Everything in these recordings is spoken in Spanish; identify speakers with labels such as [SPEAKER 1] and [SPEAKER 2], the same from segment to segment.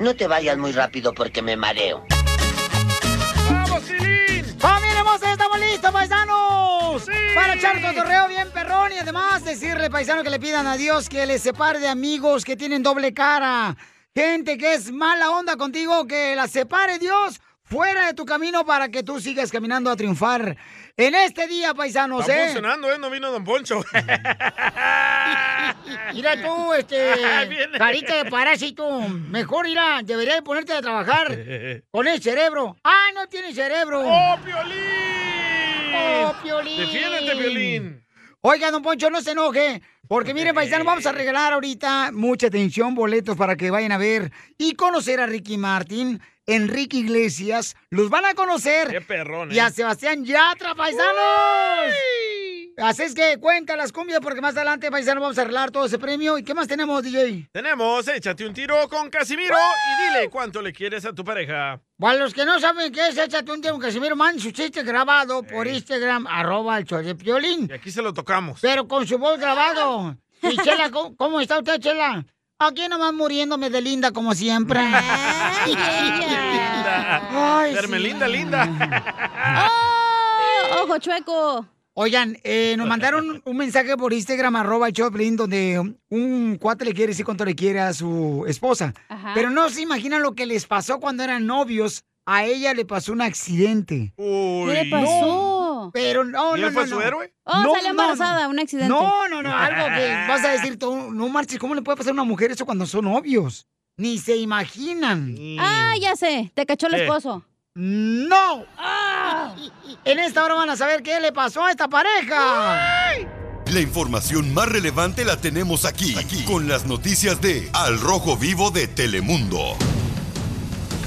[SPEAKER 1] No te vayas muy rápido porque me mareo.
[SPEAKER 2] ¡Vamos, Silín! ¡Familia hermosa, estamos listos, paisanos!
[SPEAKER 3] Para echar cotorreo bien perrón y además decirle, paisano, que le pidan a Dios que les separe de amigos que tienen doble cara. Gente que es mala onda contigo, que la separe Dios fuera de tu camino para que tú sigas caminando a triunfar en este día, paisanos,
[SPEAKER 4] Está
[SPEAKER 3] ¿eh?
[SPEAKER 4] funcionando, ¿eh? No vino Don Poncho.
[SPEAKER 3] Mira tú, este,
[SPEAKER 4] Viene.
[SPEAKER 3] carita de parásito, mejor irá, debería de ponerte a trabajar con el cerebro. ¡Ah, no tiene cerebro!
[SPEAKER 2] ¡Oh,
[SPEAKER 3] Piolín! ¡Oh, Piolín!
[SPEAKER 2] Defiéndete, Piolín.
[SPEAKER 3] Oiga, don Poncho, no se enoje, porque miren, paisanos, vamos a regalar ahorita, mucha atención, boletos para que vayan a ver y conocer a Ricky Martin, Enrique Iglesias, los van a conocer.
[SPEAKER 4] Qué perrón,
[SPEAKER 3] Y a
[SPEAKER 4] ¿eh?
[SPEAKER 3] Sebastián Yatra, paisanos. Así es que cuenta las cumbias porque más adelante, paisanos, vamos a arreglar todo ese premio. ¿Y qué más tenemos, DJ?
[SPEAKER 4] Tenemos Échate un tiro con Casimiro y dile cuánto le quieres a tu pareja.
[SPEAKER 3] Para los que no saben qué es, échate un tiempo, Casimiro, manden su chiste grabado por Instagram, arroba el show de Piolín. Y
[SPEAKER 4] aquí se lo tocamos.
[SPEAKER 3] Pero con su voz grabado. Y Chela, ¿cómo, cómo está usted, Chela? Aquí nomás muriéndome de linda como siempre.
[SPEAKER 4] Ah,
[SPEAKER 3] Ay,
[SPEAKER 4] Hermelinda, linda.
[SPEAKER 3] ¡Ojo chueco! Oigan, eh, nos mandaron un mensaje por Instagram, arroba el Choplin, donde un cuate le quiere decir cuánto le quiere a su esposa.
[SPEAKER 2] Ajá.
[SPEAKER 3] Pero no se imaginan lo que les pasó cuando eran novios. A ella le pasó un accidente.
[SPEAKER 2] ¿Qué le pasó?
[SPEAKER 3] No, pero no,
[SPEAKER 2] ¿Y
[SPEAKER 3] no,
[SPEAKER 2] él fue
[SPEAKER 3] no,
[SPEAKER 2] su
[SPEAKER 3] no.
[SPEAKER 2] héroe?
[SPEAKER 5] Oh,
[SPEAKER 3] No,
[SPEAKER 5] salió
[SPEAKER 3] no,
[SPEAKER 5] embarazada,
[SPEAKER 3] no.
[SPEAKER 5] un accidente.
[SPEAKER 3] No, no, no, algo que vas a decir tú, no marches, ¿cómo le puede pasar a una mujer eso cuando son novios? Ni se imaginan.
[SPEAKER 5] Ah, ya sé, te cachó el
[SPEAKER 3] ¿Qué?
[SPEAKER 5] esposo. Ah.
[SPEAKER 3] ¡No! En esta hora van a saber qué le pasó a esta pareja.
[SPEAKER 6] La información más relevante la tenemos aquí, aquí, con las noticias de Al Rojo Vivo de Telemundo.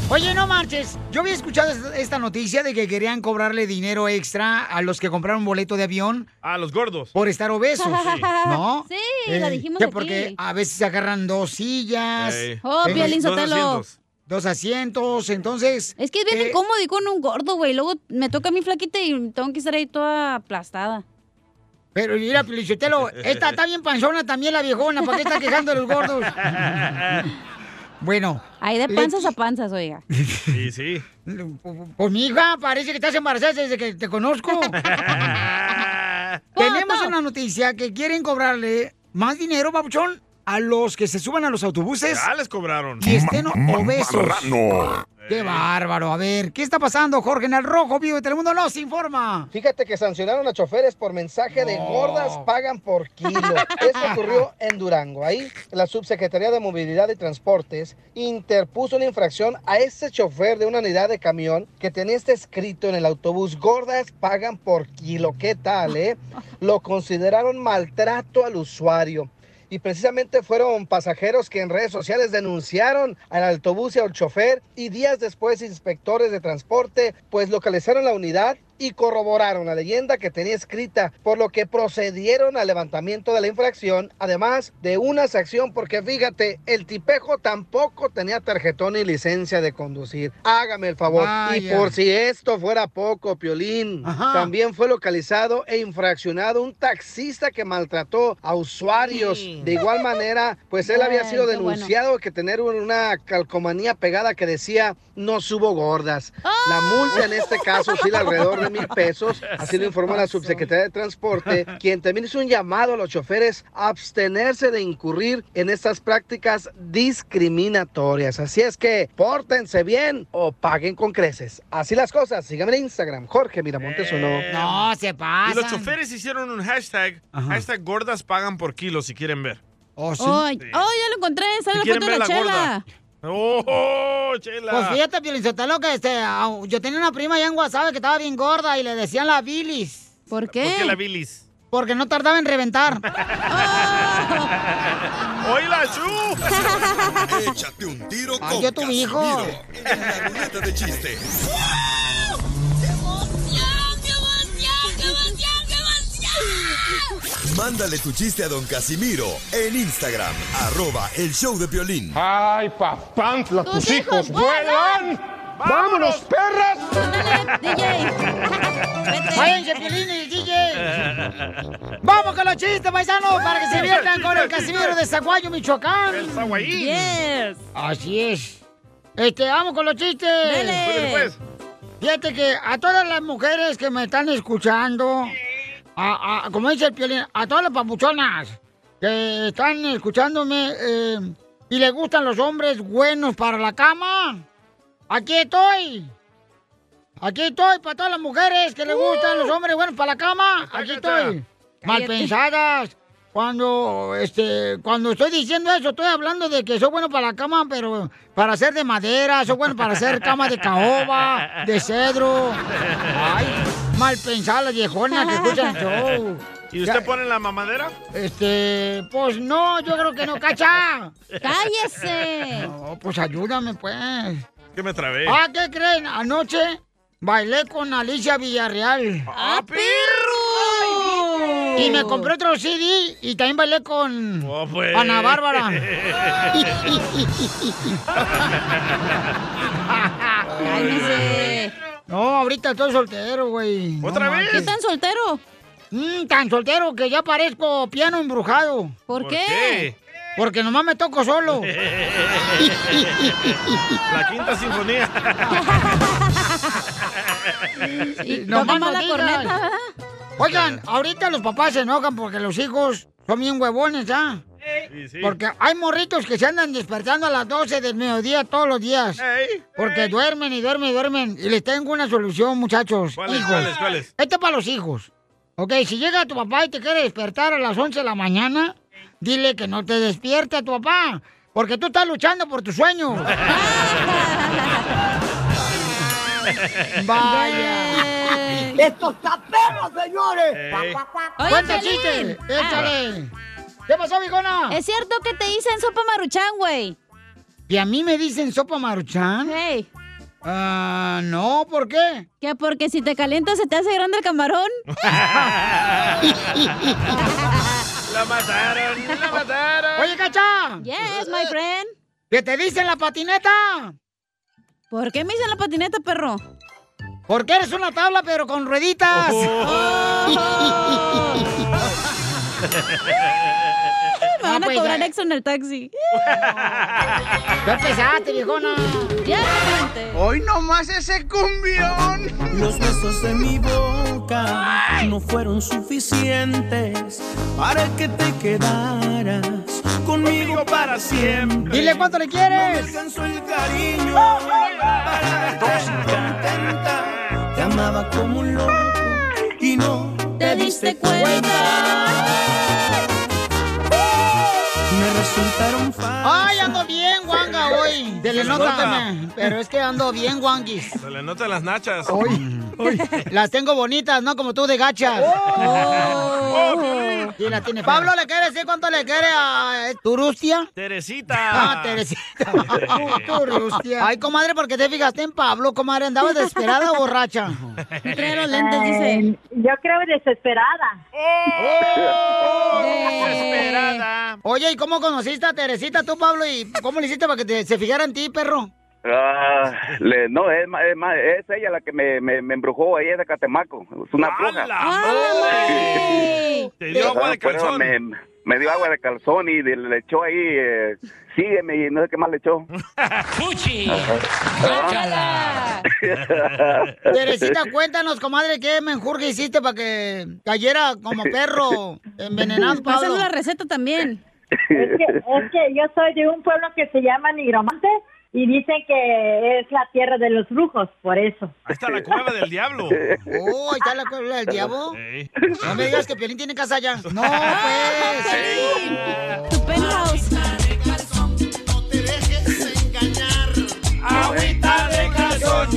[SPEAKER 3] Oye, no marches. Yo había escuchado es- esta noticia de que querían cobrarle dinero extra a los que compraron boleto de avión.
[SPEAKER 4] A los gordos.
[SPEAKER 3] Por estar obesos,
[SPEAKER 4] Sí.
[SPEAKER 3] ¿no? Eh,
[SPEAKER 4] Sí, lo dijimos
[SPEAKER 3] que
[SPEAKER 4] aquí.
[SPEAKER 3] porque a veces se agarran dos sillas.
[SPEAKER 4] Ey. Oh,
[SPEAKER 3] eh,
[SPEAKER 5] Piolín Dos Sotelo. asientos.
[SPEAKER 3] Dos asientos, entonces...
[SPEAKER 5] Es que es bien incómodo ir con un gordo, güey. Luego me toca a mí flaquita y tengo que estar ahí toda aplastada.
[SPEAKER 3] Pero mira, Felicitelo, esta está bien panzona también la viejona, ¿para qué está quejando a los gordos? Bueno.
[SPEAKER 5] Ahí de
[SPEAKER 3] le-
[SPEAKER 5] panzas a panzas, oiga.
[SPEAKER 4] Sí, sí.
[SPEAKER 3] Pues mi hija, parece que estás embarazada desde que te conozco. Tenemos una noticia que quieren cobrarle más dinero, babuchón, a los que se suban a los autobuses.
[SPEAKER 4] Ya les cobraron.
[SPEAKER 3] Y estén obesos.
[SPEAKER 2] marrano.
[SPEAKER 3] ¡Qué bárbaro! A ver, ¿qué está pasando, Jorge? En el rojo vivo de Telemundo nos informa.
[SPEAKER 7] Fíjate que sancionaron a choferes por mensaje de gordas pagan por kilo. Eso ocurrió en Durango. Ahí la Subsecretaría de Movilidad y Transportes interpuso una infracción a ese chofer de una unidad de camión que tenía este escrito en el autobús, gordas pagan por kilo. ¿Qué tal, eh? Lo consideraron maltrato al usuario. Y precisamente fueron pasajeros que en redes sociales denunciaron al autobús y al chofer y días después inspectores de transporte pues localizaron la unidad y corroboraron la leyenda que tenía escrita, por lo que procedieron al levantamiento de la infracción, además de una sanción porque fíjate, el tipejo tampoco tenía tarjetón ni licencia de conducir. Hágame el favor. Y
[SPEAKER 8] Vaya.
[SPEAKER 7] por si esto fuera poco, Piolín, también fue localizado e infraccionado un taxista que maltrató a usuarios.
[SPEAKER 8] Sí.
[SPEAKER 7] De igual manera, pues él había
[SPEAKER 8] Ay,
[SPEAKER 7] sido
[SPEAKER 8] qué bueno.
[SPEAKER 7] denunciado que tener una calcomanía pegada que decía no subo gordas. La multa en este caso oscila alrededor de mil pesos. Así lo informó la subsecretaria de Transporte, quien también hizo un llamado a los choferes a abstenerse de incurrir en estas prácticas discriminatorias. Así es que pórtense bien o paguen con creces. Así las cosas. Síganme en Instagram, Jorge Miramontes o
[SPEAKER 4] Eh.
[SPEAKER 7] no.
[SPEAKER 3] No, se pasa.
[SPEAKER 4] Y los choferes hicieron un hashtag, hashtag gordas pagan por kilo, si quieren ver.
[SPEAKER 3] Oh,
[SPEAKER 5] Ay, oh, ya lo encontré. Sale
[SPEAKER 4] Si
[SPEAKER 5] la
[SPEAKER 4] quieren
[SPEAKER 5] foto
[SPEAKER 4] ver
[SPEAKER 5] de
[SPEAKER 4] la
[SPEAKER 5] la chela.
[SPEAKER 4] gorda. ¡Oh, chela!
[SPEAKER 3] Pues fíjate, Piolinsotelo, que este, au- yo tenía una prima allá en WhatsApp que estaba bien gorda y le decían la bilis.
[SPEAKER 5] ¿Por
[SPEAKER 4] qué? ¿Por qué la bilis?
[SPEAKER 3] Porque no tardaba en reventar.
[SPEAKER 4] ¡Hoy la chu!
[SPEAKER 6] Échate un tiro
[SPEAKER 3] Ay,
[SPEAKER 6] con
[SPEAKER 3] yo tu hijo.
[SPEAKER 6] Casimiro en la ruleta de chiste. Mándale tu chiste a don Casimiro en Instagram, arroba el show de violín. ¡Ay, papá!
[SPEAKER 9] ¡Tus tus hijos hijos vuelan!
[SPEAKER 6] ¡Vámonos, perras!
[SPEAKER 3] Váyanse, Piolín y el DJ. Vamos con los chistes, paisanos, para que se diviertan con el Casimiro de Zaguayo, Michoacán. El
[SPEAKER 4] Zaguayín.
[SPEAKER 3] Yes. Así es. Este, vamos con los chistes.
[SPEAKER 9] Dele. Pues,
[SPEAKER 3] Fíjate que a todas las mujeres que me están escuchando, a- a- como dice el Piolín, a todas las papuchonas que están escuchándome eh, y les gustan los hombres buenos para la cama, aquí estoy. Aquí estoy para todas las mujeres que les gustan los hombres buenos para la cama. Aquí estoy. Mal
[SPEAKER 9] Cállate.
[SPEAKER 3] pensadas. Cuando este, cuando estoy diciendo eso, estoy hablando de que soy bueno para la cama, pero para hacer de madera, soy bueno para hacer cama de caoba, de cedro. Ay, mal pensadas las viejonas que escuchan el show.
[SPEAKER 4] ¿Y usted pone la mamadera?
[SPEAKER 3] Este, pues no, yo creo que no, cacha.
[SPEAKER 4] Cállese.
[SPEAKER 3] No, pues ayúdame, pues.
[SPEAKER 4] Que me trabé.
[SPEAKER 3] Ah, ¿qué creen? Anoche bailé con Alicia Villarreal. ¡Ah, perro! Y me compré otro CD y también bailé con
[SPEAKER 5] Oh,
[SPEAKER 4] Pues.
[SPEAKER 3] Ana Bárbara. No, ahorita estoy soltero, güey.
[SPEAKER 5] ¿Otra vez? ¿Qué tan
[SPEAKER 3] soltero? tan soltero que ya parezco piano embrujado.
[SPEAKER 5] ¿Por ¿Por qué? qué?
[SPEAKER 3] Porque nomás me toco solo.
[SPEAKER 4] La quinta sinfonía.
[SPEAKER 3] Nomás
[SPEAKER 5] toca mala
[SPEAKER 3] digas.
[SPEAKER 5] corneta,
[SPEAKER 3] Oigan, ahorita los papás se enojan porque los hijos son bien huevones, ¿ah?
[SPEAKER 4] Sí, sí.
[SPEAKER 3] Porque hay morritos que se andan despertando a las 12 del mediodía todos los días. Porque duermen y duermen y duermen. Y les tengo una solución, muchachos.
[SPEAKER 4] ¿Cuáles,
[SPEAKER 3] hijos.
[SPEAKER 4] cuáles, cuáles?
[SPEAKER 3] Este es para los hijos. Ok, si llega tu papá y te quiere despertar a las 11 de la mañana, dile que no te despierte a tu papá. Porque tú estás luchando por tus sueños. Vaya. ¡Estos taperos, señores!
[SPEAKER 9] Ey.
[SPEAKER 5] Oye,
[SPEAKER 3] ¡Cuenta
[SPEAKER 5] Piolín.
[SPEAKER 3] chiste!
[SPEAKER 5] Ah.
[SPEAKER 3] ¡Échale! ¿Qué pasó, mijona?
[SPEAKER 5] Es cierto que te dicen sopa maruchan, güey.
[SPEAKER 3] ¿Y a mí me dicen sopa maruchan?
[SPEAKER 5] Hey.
[SPEAKER 3] Ah, no, ¿por qué?
[SPEAKER 5] Que porque si te calientas se te hace grande el camarón.
[SPEAKER 4] La mataron, la mataron.
[SPEAKER 3] Oye, cacha.
[SPEAKER 5] Yes, my friend.
[SPEAKER 3] ¿Qué te dicen la patineta?
[SPEAKER 5] ¿Por qué me dicen la patineta, perro?
[SPEAKER 3] Porque eres una tabla, pero con rueditas.
[SPEAKER 5] Oh. Me van
[SPEAKER 3] No, pues,
[SPEAKER 5] a cobrar
[SPEAKER 3] ya.
[SPEAKER 5] extra en el taxi.
[SPEAKER 3] Ya empezaste, viejona.
[SPEAKER 5] Ya
[SPEAKER 3] Hoy nomás ese cumbión.
[SPEAKER 1] Los besos de mi boca no fueron suficientes para que te quedaras conmigo para siempre.
[SPEAKER 3] Dile cuánto le
[SPEAKER 1] No me
[SPEAKER 3] quieres.
[SPEAKER 1] alcanzó el cariño
[SPEAKER 4] ¡Oh,
[SPEAKER 1] para verte contenta. Te amaba como un loco y no te diste cuenta. Me resultaron
[SPEAKER 3] Ay, ando bien, guanga, hoy. Dele, nótame. Pero es que ando bien, guanguis.
[SPEAKER 4] Se le notan las nachas.
[SPEAKER 3] Las tengo bonitas, no como tú de gachas.
[SPEAKER 4] Oh.
[SPEAKER 3] Sí, la tiene. Pablo, ¿le quiere decir cuánto le quiere a eh, Turustia?
[SPEAKER 4] Teresita.
[SPEAKER 3] Ah, Teresita. Turustia. Ay, comadre, ¿por qué te fijaste en Pablo, comadre? ¿Andaba desesperada o borracha?
[SPEAKER 5] Pero lentes, dice.
[SPEAKER 10] Em, Yo creo desesperada.
[SPEAKER 4] Desesperada.
[SPEAKER 3] Oye, ¿y cómo conociste a Teresita tú, Pablo? ¿Y cómo le hiciste para que te- se fijara en ti, perro?
[SPEAKER 11] Ah, le- no, es, ma- es, ma- es ella la que me, me, me embrujó, ella es de Catemaco, es una bruja.
[SPEAKER 4] Te ¡Oh! dio agua de
[SPEAKER 11] Ah, fueron,
[SPEAKER 4] calzón.
[SPEAKER 11] me, me dio agua de calzón y de- le echó ahí, eh, sígueme y no sé qué más le echó. Ajá. Ah.
[SPEAKER 3] Teresita, cuéntanos, comadre, qué menjurje hiciste para que cayera como perro envenenado, Pablo.
[SPEAKER 5] Pásanos la receta también.
[SPEAKER 10] Es que, es que yo soy de un pueblo que se llama Nigromante y dicen que es la tierra de los brujos, por eso.
[SPEAKER 4] Ahí está la cueva del diablo.
[SPEAKER 3] Oh, ahí está la cueva del diablo.
[SPEAKER 4] Ey.
[SPEAKER 3] No me digas que Piolín tiene casa allá. No, pues. Tu penthouse.
[SPEAKER 9] Agüita de calzón.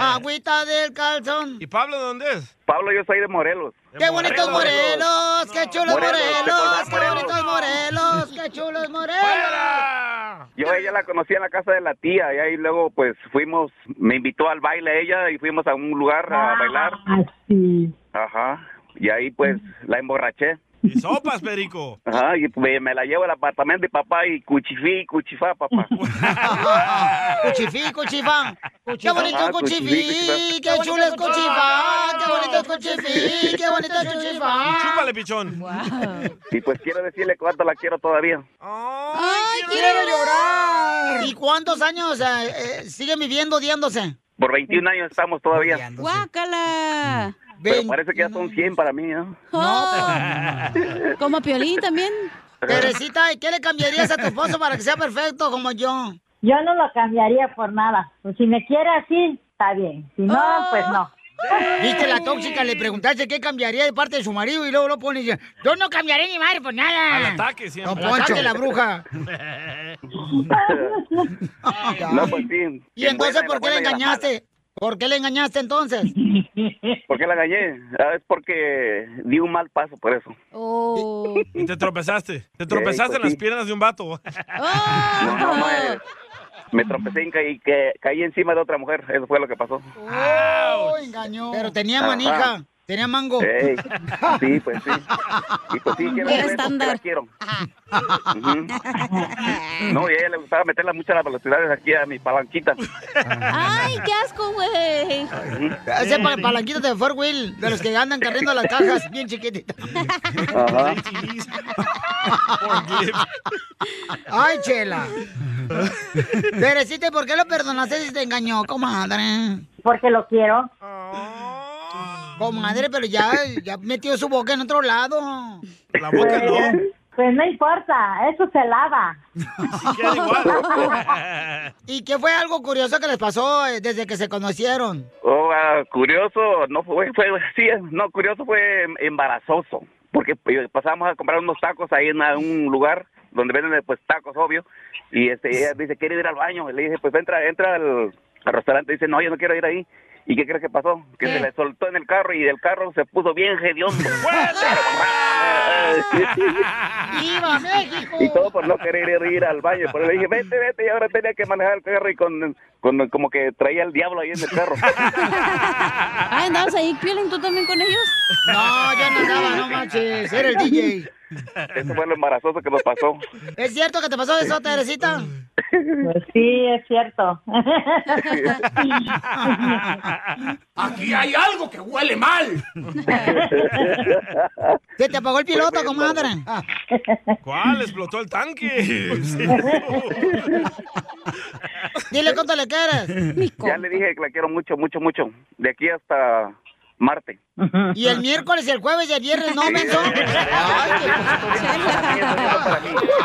[SPEAKER 3] Agüita del calzón.
[SPEAKER 4] Ah, ¿Y Pablo dónde es?
[SPEAKER 11] Pablo, yo soy de Morelos.
[SPEAKER 3] ¡Qué bonitos Morelos! ¡Qué chulos
[SPEAKER 11] Morelos,
[SPEAKER 3] Morelos!
[SPEAKER 11] te
[SPEAKER 3] ¡Qué bonitos Morelos! ¡Qué chulos Morelos!
[SPEAKER 11] Yo a ella la conocí en la casa de la tía y ahí luego pues fuimos, me invitó al baile ella y fuimos a un lugar a bailar.
[SPEAKER 10] Así.
[SPEAKER 11] Ajá. Y ahí pues la emborraché.
[SPEAKER 4] Y sopas, Perico.
[SPEAKER 11] Ajá, y me, me la llevo al apartamento de papá y cuchifí, cuchifá, papá.
[SPEAKER 3] Cuchifí, cuchifán. ¡Qué bonito
[SPEAKER 11] Ah,
[SPEAKER 3] cuchifí!
[SPEAKER 11] cuchifí,
[SPEAKER 3] ¡Qué chulo es cuchifán! ¡Qué bonito es
[SPEAKER 9] Cuchifí,
[SPEAKER 3] cuchifí! ¡Qué bonito es cuchifán!
[SPEAKER 4] Chúpale, pichón.
[SPEAKER 11] Y pues quiero decirle cuánto la quiero todavía.
[SPEAKER 3] ¡Ay, quiero llorar! ¿Y cuántos años eh, eh, siguen viviendo odiándose?
[SPEAKER 11] Por 21 años estamos todavía.
[SPEAKER 5] ¡Guácala!
[SPEAKER 11] Pero parece que ya son 100 para mí, ¿no?
[SPEAKER 5] Oh, como Piolín también.
[SPEAKER 3] Teresita, ¿y qué le cambiarías a tu esposo para que sea perfecto como yo?
[SPEAKER 10] Yo no lo cambiaría por nada. Pues si me quiere así, está bien. Si no,
[SPEAKER 3] Oh.
[SPEAKER 10] pues no.
[SPEAKER 3] Viste la tóxica, le preguntaste qué cambiaría de parte de su marido y luego lo pone y dice, yo no cambiaré ni madre por nada.
[SPEAKER 4] Al ataque siempre.
[SPEAKER 3] Don Poncho,
[SPEAKER 4] Al ataque.
[SPEAKER 3] la bruja.
[SPEAKER 11] No, pues sí.
[SPEAKER 3] ¿Y entonces por qué
[SPEAKER 11] la
[SPEAKER 3] le
[SPEAKER 11] buena y la
[SPEAKER 3] engañaste? ¿Por qué le engañaste entonces?
[SPEAKER 11] mala. ¿Por qué la engañé? Ah, Es porque di un mal paso por eso.
[SPEAKER 5] Oh.
[SPEAKER 4] Y te tropezaste. Te tropezaste
[SPEAKER 11] pues
[SPEAKER 4] en las
[SPEAKER 11] sí.
[SPEAKER 4] piernas de un vato.
[SPEAKER 11] No, no, no, eh, Me tropecé y caí, que, caí encima de otra mujer. Eso fue lo que pasó.
[SPEAKER 3] Oh, engañó. Pero tenía
[SPEAKER 11] Ajá.
[SPEAKER 3] manija, tenía mango.
[SPEAKER 11] Ey, sí, pues sí. Y pues sí, quiero
[SPEAKER 3] Era
[SPEAKER 11] decirle, pues, que la
[SPEAKER 3] estándar.
[SPEAKER 11] quiero. Ujú. No, y a ella le gustaba meterle muchas las velocidades aquí a mi palanquita.
[SPEAKER 5] ¡Ay, qué asco, güey!
[SPEAKER 3] Ese pa- palanquito de Fort Will, de los que andan carriendo las cajas bien chiquititas.
[SPEAKER 11] Ajá.
[SPEAKER 3] Ay, chela. Teresita, ¿por qué lo perdonaste si te engañó, comadre?
[SPEAKER 10] Porque lo quiero.
[SPEAKER 3] Comadre, pero ya, ya metió su boca en otro lado.
[SPEAKER 4] La boca no.
[SPEAKER 10] Pues no importa, eso se lava.
[SPEAKER 3] ¿Y qué fue algo curioso que les pasó eh, desde que se conocieron?
[SPEAKER 11] Oh, ah, curioso, no fue, fue, sí, no, curioso fue embarazoso, porque eh, pasamos a comprar unos tacos ahí en la- un lugar donde venden eh, pues tacos, obvio, y este, ella dice, quiere ir al baño, y le dije, pues entra, entra al, al restaurante, dice, no, yo no quiero ir ahí, ¿y qué crees que pasó? Que se le soltó en el carro y del carro se puso bien hediondo.
[SPEAKER 3] ¡Viva México!
[SPEAKER 11] Y todo por no querer ir al baño. Pero le dije, vete, vete. Y ahora tenía que manejar el carro y con, con- como que traía el diablo ahí en el carro.
[SPEAKER 5] Ay, Ah, andabas ahí, Piolín, ¿tú también con ellos?
[SPEAKER 3] No, yo no andaba, no manches. Era el DJ.
[SPEAKER 11] Eso fue lo embarazoso que nos pasó.
[SPEAKER 3] ¿Es cierto que te pasó eso, Teresita?
[SPEAKER 10] Pues sí, es cierto.
[SPEAKER 9] Aquí hay algo que huele mal.
[SPEAKER 3] ¿Se te apagó el piloto, comadre?
[SPEAKER 4] ¿Cuál? Explotó el tanque. Sí.
[SPEAKER 3] Dile cuánto le quieres.
[SPEAKER 11] Ya le dije que la quiero mucho, mucho, mucho. De aquí hasta Marte.
[SPEAKER 3] Y el miércoles, y el jueves y el viernes, no, menso. Ay,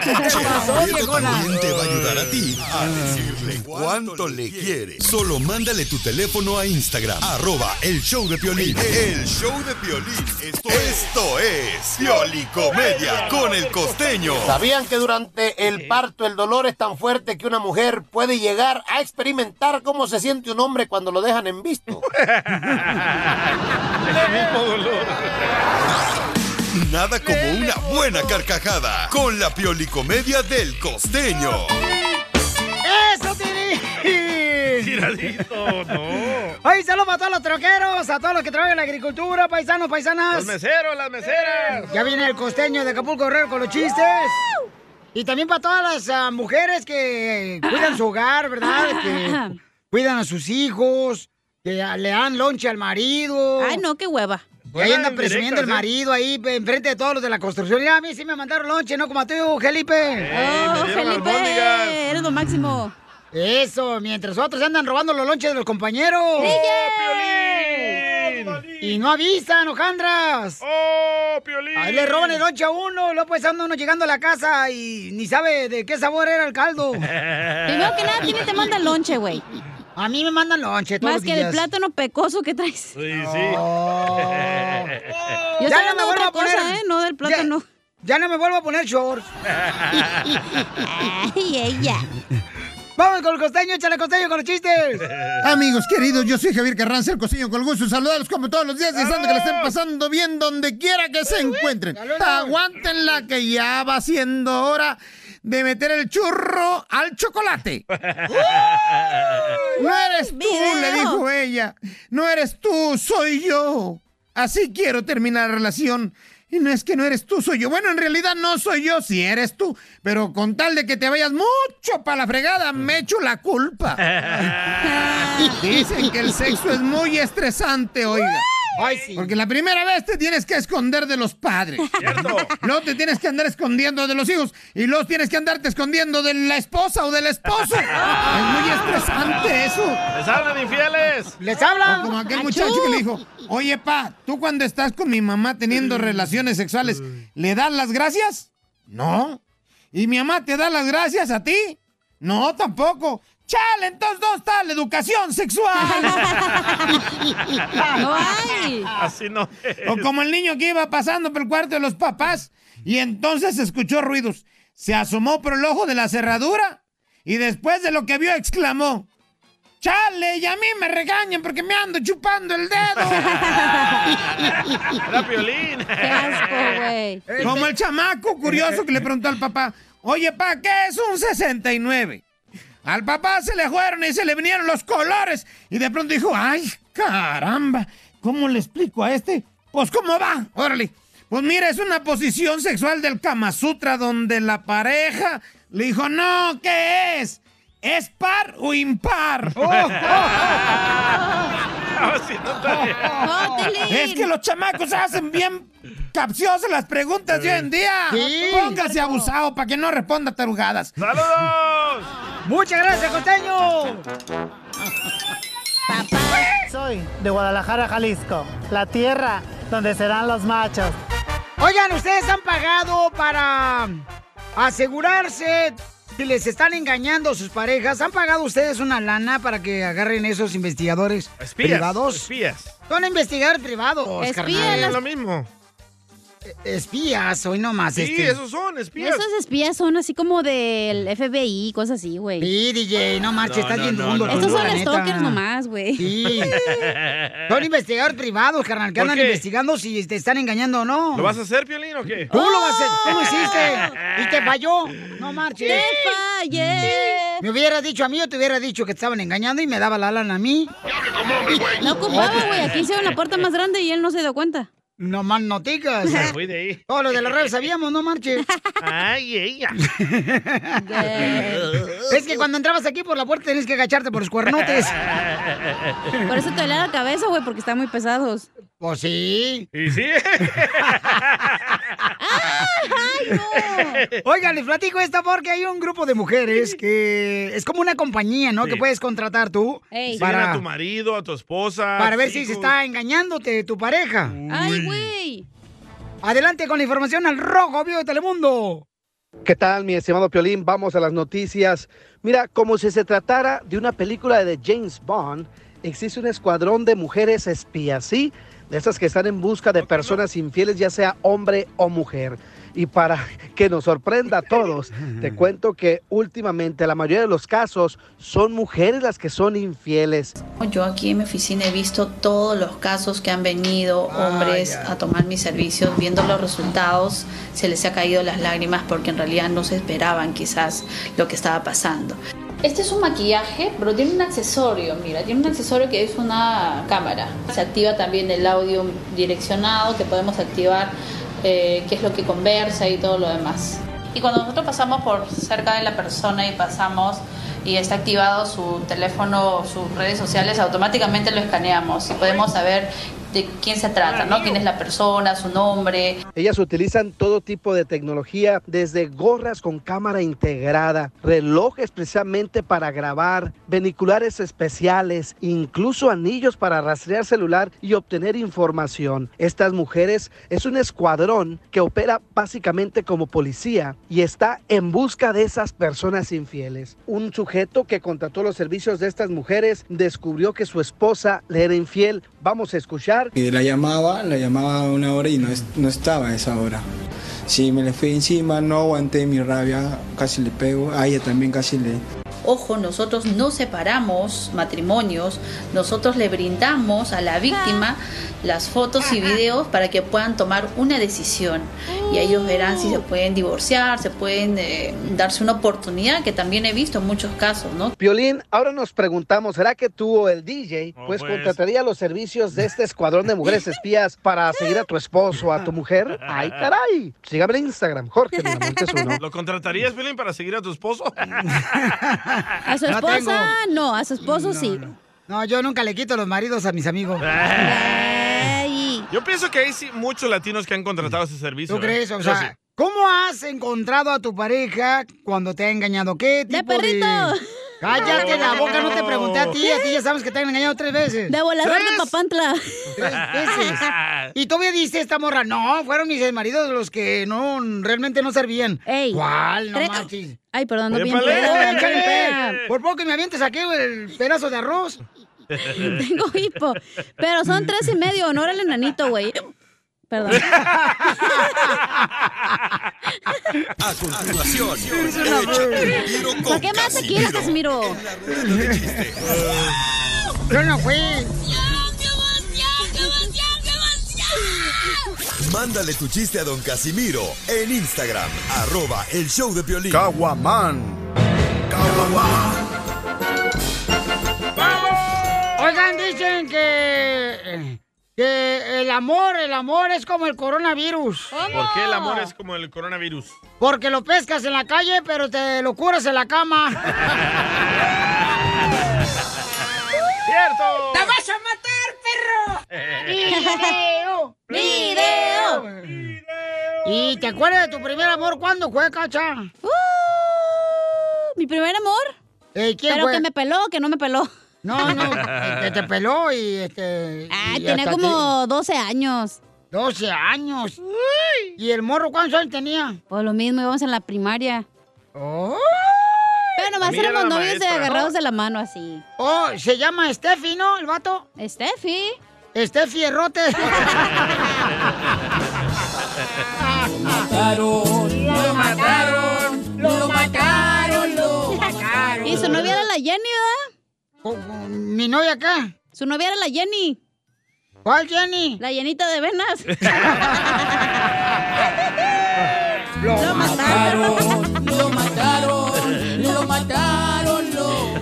[SPEAKER 3] qué ¿Qué pasó, viejona?
[SPEAKER 6] ¿Quién te va a ayudar a ti a decirle Ah. cuánto le quiere? Solo mándale tu teléfono a Instagram, arroba el show de Piolín. El show de Piolín. Esto, esto es Piolicomedia con el costeño.
[SPEAKER 12] ¿Sabían que durante el parto el dolor es tan fuerte que una mujer puede llegar a experimentar cómo se siente un hombre cuando lo dejan en visto?
[SPEAKER 6] Nada como una buena carcajada con la Piolicomedia del costeño.
[SPEAKER 3] ¡Eso, Tiri!
[SPEAKER 4] no.
[SPEAKER 3] Ay, saludos para todos los troqueros, a todos los que trabajan en la agricultura, paisanos, paisanas.
[SPEAKER 4] Los meseros, las meseras.
[SPEAKER 3] Ya viene el costeño de Acapulco Herrero con los chistes. Y también para todas las ah, mujeres que cuidan su hogar, ¿verdad? Que cuidan a sus hijos, que ah, le dan lonche al marido.
[SPEAKER 5] Ay, no, qué hueva.
[SPEAKER 3] Y ahí anda
[SPEAKER 5] Buenas
[SPEAKER 3] presumiendo el
[SPEAKER 5] indirectas, ¿eh?
[SPEAKER 3] marido ahí pe- enfrente de todos los de la construcción. Mira, a mí sí me mandaron lonche, no como a ti, Felipe.
[SPEAKER 5] oh, Felipe, eres lo máximo.
[SPEAKER 3] Eso, mientras otros andan robando los lonches de los compañeros. Y no avisan, hojandras.
[SPEAKER 4] ¡Oh, Piolín!
[SPEAKER 3] Ahí le roban el lonche a uno, luego pues anda uno llegando a la casa y ni sabe de qué sabor era el caldo.
[SPEAKER 5] Primero que nada, ¿quién te manda el lonche, güey?
[SPEAKER 3] A mí me mandan lonche todos
[SPEAKER 5] Más
[SPEAKER 3] los
[SPEAKER 5] que el
[SPEAKER 3] días.
[SPEAKER 5] plátano pecoso que traes.
[SPEAKER 4] Sí, sí.
[SPEAKER 3] Oh,
[SPEAKER 5] Yo
[SPEAKER 3] Ya no me
[SPEAKER 5] estoy hablando de
[SPEAKER 3] vuelvo
[SPEAKER 5] otra
[SPEAKER 3] a poner.
[SPEAKER 5] cosa, ¿eh? No del plátano.
[SPEAKER 3] Ya, no me vuelvo a poner shorts.
[SPEAKER 5] Ay, ella.
[SPEAKER 3] Vamos con el costeño, échale costeño con los chistes.
[SPEAKER 13] Amigos queridos, yo soy Javier Carranza, el costeño con el gusto de saludarlos como todos los días, deseando que la estén pasando bien donde quiera que se encuentren. Aguántenla que ya va siendo hora de meter el churro al chocolate. No eres tú, le dijo ella. No eres tú, soy yo. Así quiero terminar la relación. Y no es que no eres tú, soy yo. Bueno, en realidad no soy yo, si eres tú. Pero con tal de que te vayas mucho para la fregada, me echo la culpa. Dicen que el sexo es muy estresante, oiga. Porque la primera vez te tienes que esconder de los padres. Luego te tienes que andar escondiendo de los hijos. Y luego tienes que andarte escondiendo de la esposa o del esposo. es muy estresante eso.
[SPEAKER 4] ¡Les hablan infieles!
[SPEAKER 3] ¡Les hablan!
[SPEAKER 13] como aquel
[SPEAKER 4] Achú.
[SPEAKER 13] muchacho que le dijo, oye, pa, tú cuando estás con mi mamá teniendo relaciones sexuales, ¿le das las gracias? No. ¿Y mi mamá te da las gracias a ti? No, tampoco. Chale, entonces, ¿dónde está la educación sexual?
[SPEAKER 4] Así no es.
[SPEAKER 13] O como el niño que iba pasando por el cuarto de los papás y entonces escuchó ruidos. Se asomó por el ojo de la cerradura y después de lo que vio exclamó. ¡Chale! Y a mí me regañan porque me ando chupando el dedo.
[SPEAKER 4] Era Piolín.
[SPEAKER 1] Este
[SPEAKER 13] Como el chamaco curioso que le preguntó al papá, oye, pa, ¿qué es un 69? Al papá se le fueron y se le vinieron los colores. Y de pronto dijo, ay, caramba, ¿cómo le explico a este? Pues, ¿cómo va? Órale. Pues mira, es una posición sexual del Kama Sutra donde la pareja le dijo, no, ¿qué es? ¿Es par o impar? Es que los chamacos hacen bien capciosas las preguntas de hoy en día.
[SPEAKER 3] Sí.
[SPEAKER 13] Póngase abusado para que no responda tarugadas.
[SPEAKER 4] ¡Saludos!
[SPEAKER 3] ¡Muchas gracias, costeño!
[SPEAKER 14] Soy de Guadalajara, Jalisco, la tierra donde serán los machos.
[SPEAKER 3] Oigan, ustedes han pagado para asegurarse si les están engañando sus parejas. ¿Han pagado ustedes una lana para que agarren esos investigadores
[SPEAKER 4] Espías,
[SPEAKER 3] privados?
[SPEAKER 4] espías.
[SPEAKER 3] Son investigadores privados,
[SPEAKER 4] Espías.
[SPEAKER 3] carnal. Eh,
[SPEAKER 4] Es lo
[SPEAKER 13] mismo.
[SPEAKER 3] Espías, hoy nomás.
[SPEAKER 4] Sí,
[SPEAKER 3] este.
[SPEAKER 4] esos son espías.
[SPEAKER 5] Esos espías son así como del FBI, cosas así, güey.
[SPEAKER 3] Sí, DJ, no marches, estás bien mundo.
[SPEAKER 5] Estos son stalkers nomás, güey.
[SPEAKER 3] Sí. Son investigadores privados, carnal, que
[SPEAKER 4] ¿Por
[SPEAKER 3] andan
[SPEAKER 4] qué?
[SPEAKER 3] investigando si te están engañando o no.
[SPEAKER 4] ¿Lo vas a hacer, Piolín, o qué?
[SPEAKER 3] Tú lo vas a hacer, tú lo hiciste y te falló. No marches. Mm.
[SPEAKER 4] Te
[SPEAKER 5] fallé.
[SPEAKER 3] Me hubieras dicho a mí, yo te hubiera dicho que te estaban engañando y me daba la lana a mí.
[SPEAKER 5] No ocupaba, güey. Aquí hicieron la puerta más grande y él no se dio cuenta.
[SPEAKER 3] No más noticas.
[SPEAKER 4] Me fui de ahí.
[SPEAKER 3] Todo lo de la red sabíamos, no marches.
[SPEAKER 4] Ay, ella.
[SPEAKER 3] Eh, es que cuando entrabas aquí por la puerta tenías que agacharte por los cuernotes.
[SPEAKER 5] Por eso te duele la cabeza, güey, porque están muy pesados.
[SPEAKER 3] Pues sí.
[SPEAKER 4] ¿Y sí?
[SPEAKER 3] Oigan, les platico esta porque hay un grupo de mujeres que es como una compañía, ¿no?
[SPEAKER 4] Sí.
[SPEAKER 3] Que puedes contratar tú
[SPEAKER 4] Siguen a tu
[SPEAKER 3] para,
[SPEAKER 4] marido, a tu esposa.
[SPEAKER 3] para ver si se
[SPEAKER 4] hijos.
[SPEAKER 3] está engañándote tu pareja.
[SPEAKER 5] Ay, güey.
[SPEAKER 3] Adelante con la información al rojo, vivo de Telemundo.
[SPEAKER 7] ¿Qué tal, mi estimado Piolín? Vamos a las noticias. Mira, como si se tratara de una película de James Bond, existe un escuadrón de mujeres espías, ¿sí? De esas que están en busca de personas infieles, ya sea hombre o mujer. Y para que nos sorprenda a todos, te cuento que últimamente la mayoría de los casos son mujeres las que son infieles.
[SPEAKER 15] Yo aquí en mi oficina he visto todos los casos que han venido hombres a tomar mis servicios, viendo los resultados, se les ha caído las lágrimas porque en realidad no se esperaban quizás lo que estaba pasando. Este es un maquillaje, pero tiene un accesorio, mira, tiene un accesorio que es una cámara. Se activa también el audio direccionado, que podemos activar eh, qué es lo que conversa y todo lo demás. Y cuando nosotros pasamos por cerca de la persona y pasamos y está activado su teléfono, sus redes sociales, automáticamente lo escaneamos y podemos saber de quién se trata, ¿no? Quién es la persona, su nombre.
[SPEAKER 7] Ellas utilizan todo tipo de tecnología, desde gorras con cámara integrada, relojes precisamente para grabar, veniculares especiales, incluso anillos para rastrear celular y obtener información. Estas mujeres es un escuadrón que opera básicamente como policía y está en busca de esas personas infieles. Un sujeto que contrató los servicios de estas mujeres descubrió que su esposa le era infiel. Vamos a escuchar
[SPEAKER 16] Y la llamaba, la llamaba a una hora y no, es- no estaba a esa hora. Sí, me le fui encima, no aguanté mi rabia, casi le pego, a ella también casi le...
[SPEAKER 15] Ojo, nosotros no separamos matrimonios, nosotros le brindamos a la víctima las fotos y videos para que puedan tomar una decisión y ellos verán si se pueden divorciar, se pueden eh, darse una oportunidad, que también he visto muchos casos, ¿no?
[SPEAKER 7] Piolín, ahora nos preguntamos, ¿será que tú o el DJ pues,
[SPEAKER 15] pues.
[SPEAKER 7] contrataría los servicios de este escuadrón de mujeres espías para seguir a tu esposo, a tu mujer? ¡Ay, caray! Sígame en Instagram, Jorge Miramontes uno.
[SPEAKER 4] ¿Lo contratarías, Piolín, para seguir a tu esposo?
[SPEAKER 5] A su
[SPEAKER 3] No tengo.
[SPEAKER 5] esposa, no, a su esposo sí.
[SPEAKER 3] No, yo nunca le quito los maridos a mis amigos.
[SPEAKER 4] Yo pienso que hay sí, muchos latinos que han contratado ese servicio.
[SPEAKER 3] ¿Tú
[SPEAKER 4] ¿eh?
[SPEAKER 3] crees? O
[SPEAKER 4] Yo
[SPEAKER 3] sea,
[SPEAKER 4] sí.
[SPEAKER 3] ¿cómo has encontrado a tu pareja cuando te ha engañado? ¿Qué tipo de
[SPEAKER 5] perrito.
[SPEAKER 3] Cállate la boca, no te pregunté a ti, a ti ya sabes que te han engañado tres veces.
[SPEAKER 5] De volador de papantla.
[SPEAKER 3] Y todavía dice esta morra, no, fueron mis maridos los que no, realmente no servían. Ey. ¿Cuál? No
[SPEAKER 5] Tres-
[SPEAKER 3] manches.
[SPEAKER 5] Ay, perdón, no bien
[SPEAKER 3] Épale.
[SPEAKER 5] peda, no bien
[SPEAKER 3] Échale.
[SPEAKER 5] peda.
[SPEAKER 3] Por poco que me avientes aquí el pedazo de arroz.
[SPEAKER 5] Tengo hipo. Pero son tres y medio, honor al enanito, güey. Perdón.
[SPEAKER 6] A continuación, échate un tiro con
[SPEAKER 5] ¿Para qué más te quieres, Casimiro?
[SPEAKER 6] rueda de chiste.
[SPEAKER 3] Yo no fui.
[SPEAKER 6] Mándale tu chiste a don Casimiro en Instagram, arroba el show de Piolín.
[SPEAKER 3] Oigan, dicen que, que el amor, el amor es como el coronavirus.
[SPEAKER 4] ¿Por qué el amor es como el coronavirus?
[SPEAKER 3] Porque lo pescas en la calle, pero te lo curas en la cama.
[SPEAKER 4] ¡Cierto!
[SPEAKER 3] ¡Te vas a matar, perro! ¡Video! ¡Video! ¿Y te acuerdas de tu primer amor cuándo fue, Cacha?
[SPEAKER 5] ¡Uh! ¿Mi primer amor?
[SPEAKER 3] ¿quién
[SPEAKER 5] Pero
[SPEAKER 3] fue?
[SPEAKER 5] que me peló, que no me peló.
[SPEAKER 3] No, no, que te peló y este...
[SPEAKER 5] Ay,
[SPEAKER 3] y
[SPEAKER 5] tenía
[SPEAKER 3] hasta
[SPEAKER 5] como 12 años.
[SPEAKER 3] 12 años. ¿Y el morro cuántos años tenía? Oh.
[SPEAKER 5] Pues lo mismo, íbamos en la primaria. Pero
[SPEAKER 3] A
[SPEAKER 5] nomás
[SPEAKER 3] mí era
[SPEAKER 5] éramos
[SPEAKER 3] la
[SPEAKER 5] novios de
[SPEAKER 3] maestra.
[SPEAKER 5] agarrados de la mano así.
[SPEAKER 3] Oh, se llama Steffi, ¿no? El vato.
[SPEAKER 5] Steffi.
[SPEAKER 3] Steffi Errote.
[SPEAKER 1] mataron, lo mataron, lo mataron, lo mataron.
[SPEAKER 5] Y su novia era la Jenny, ¿verdad?
[SPEAKER 3] ¿Mi novia qué?
[SPEAKER 5] Su novia era la Jenny.
[SPEAKER 3] ¿Cuál Jenny?
[SPEAKER 5] La llenita de venas.
[SPEAKER 3] Lo,
[SPEAKER 1] mataron, lo mataron, lo mataron, lo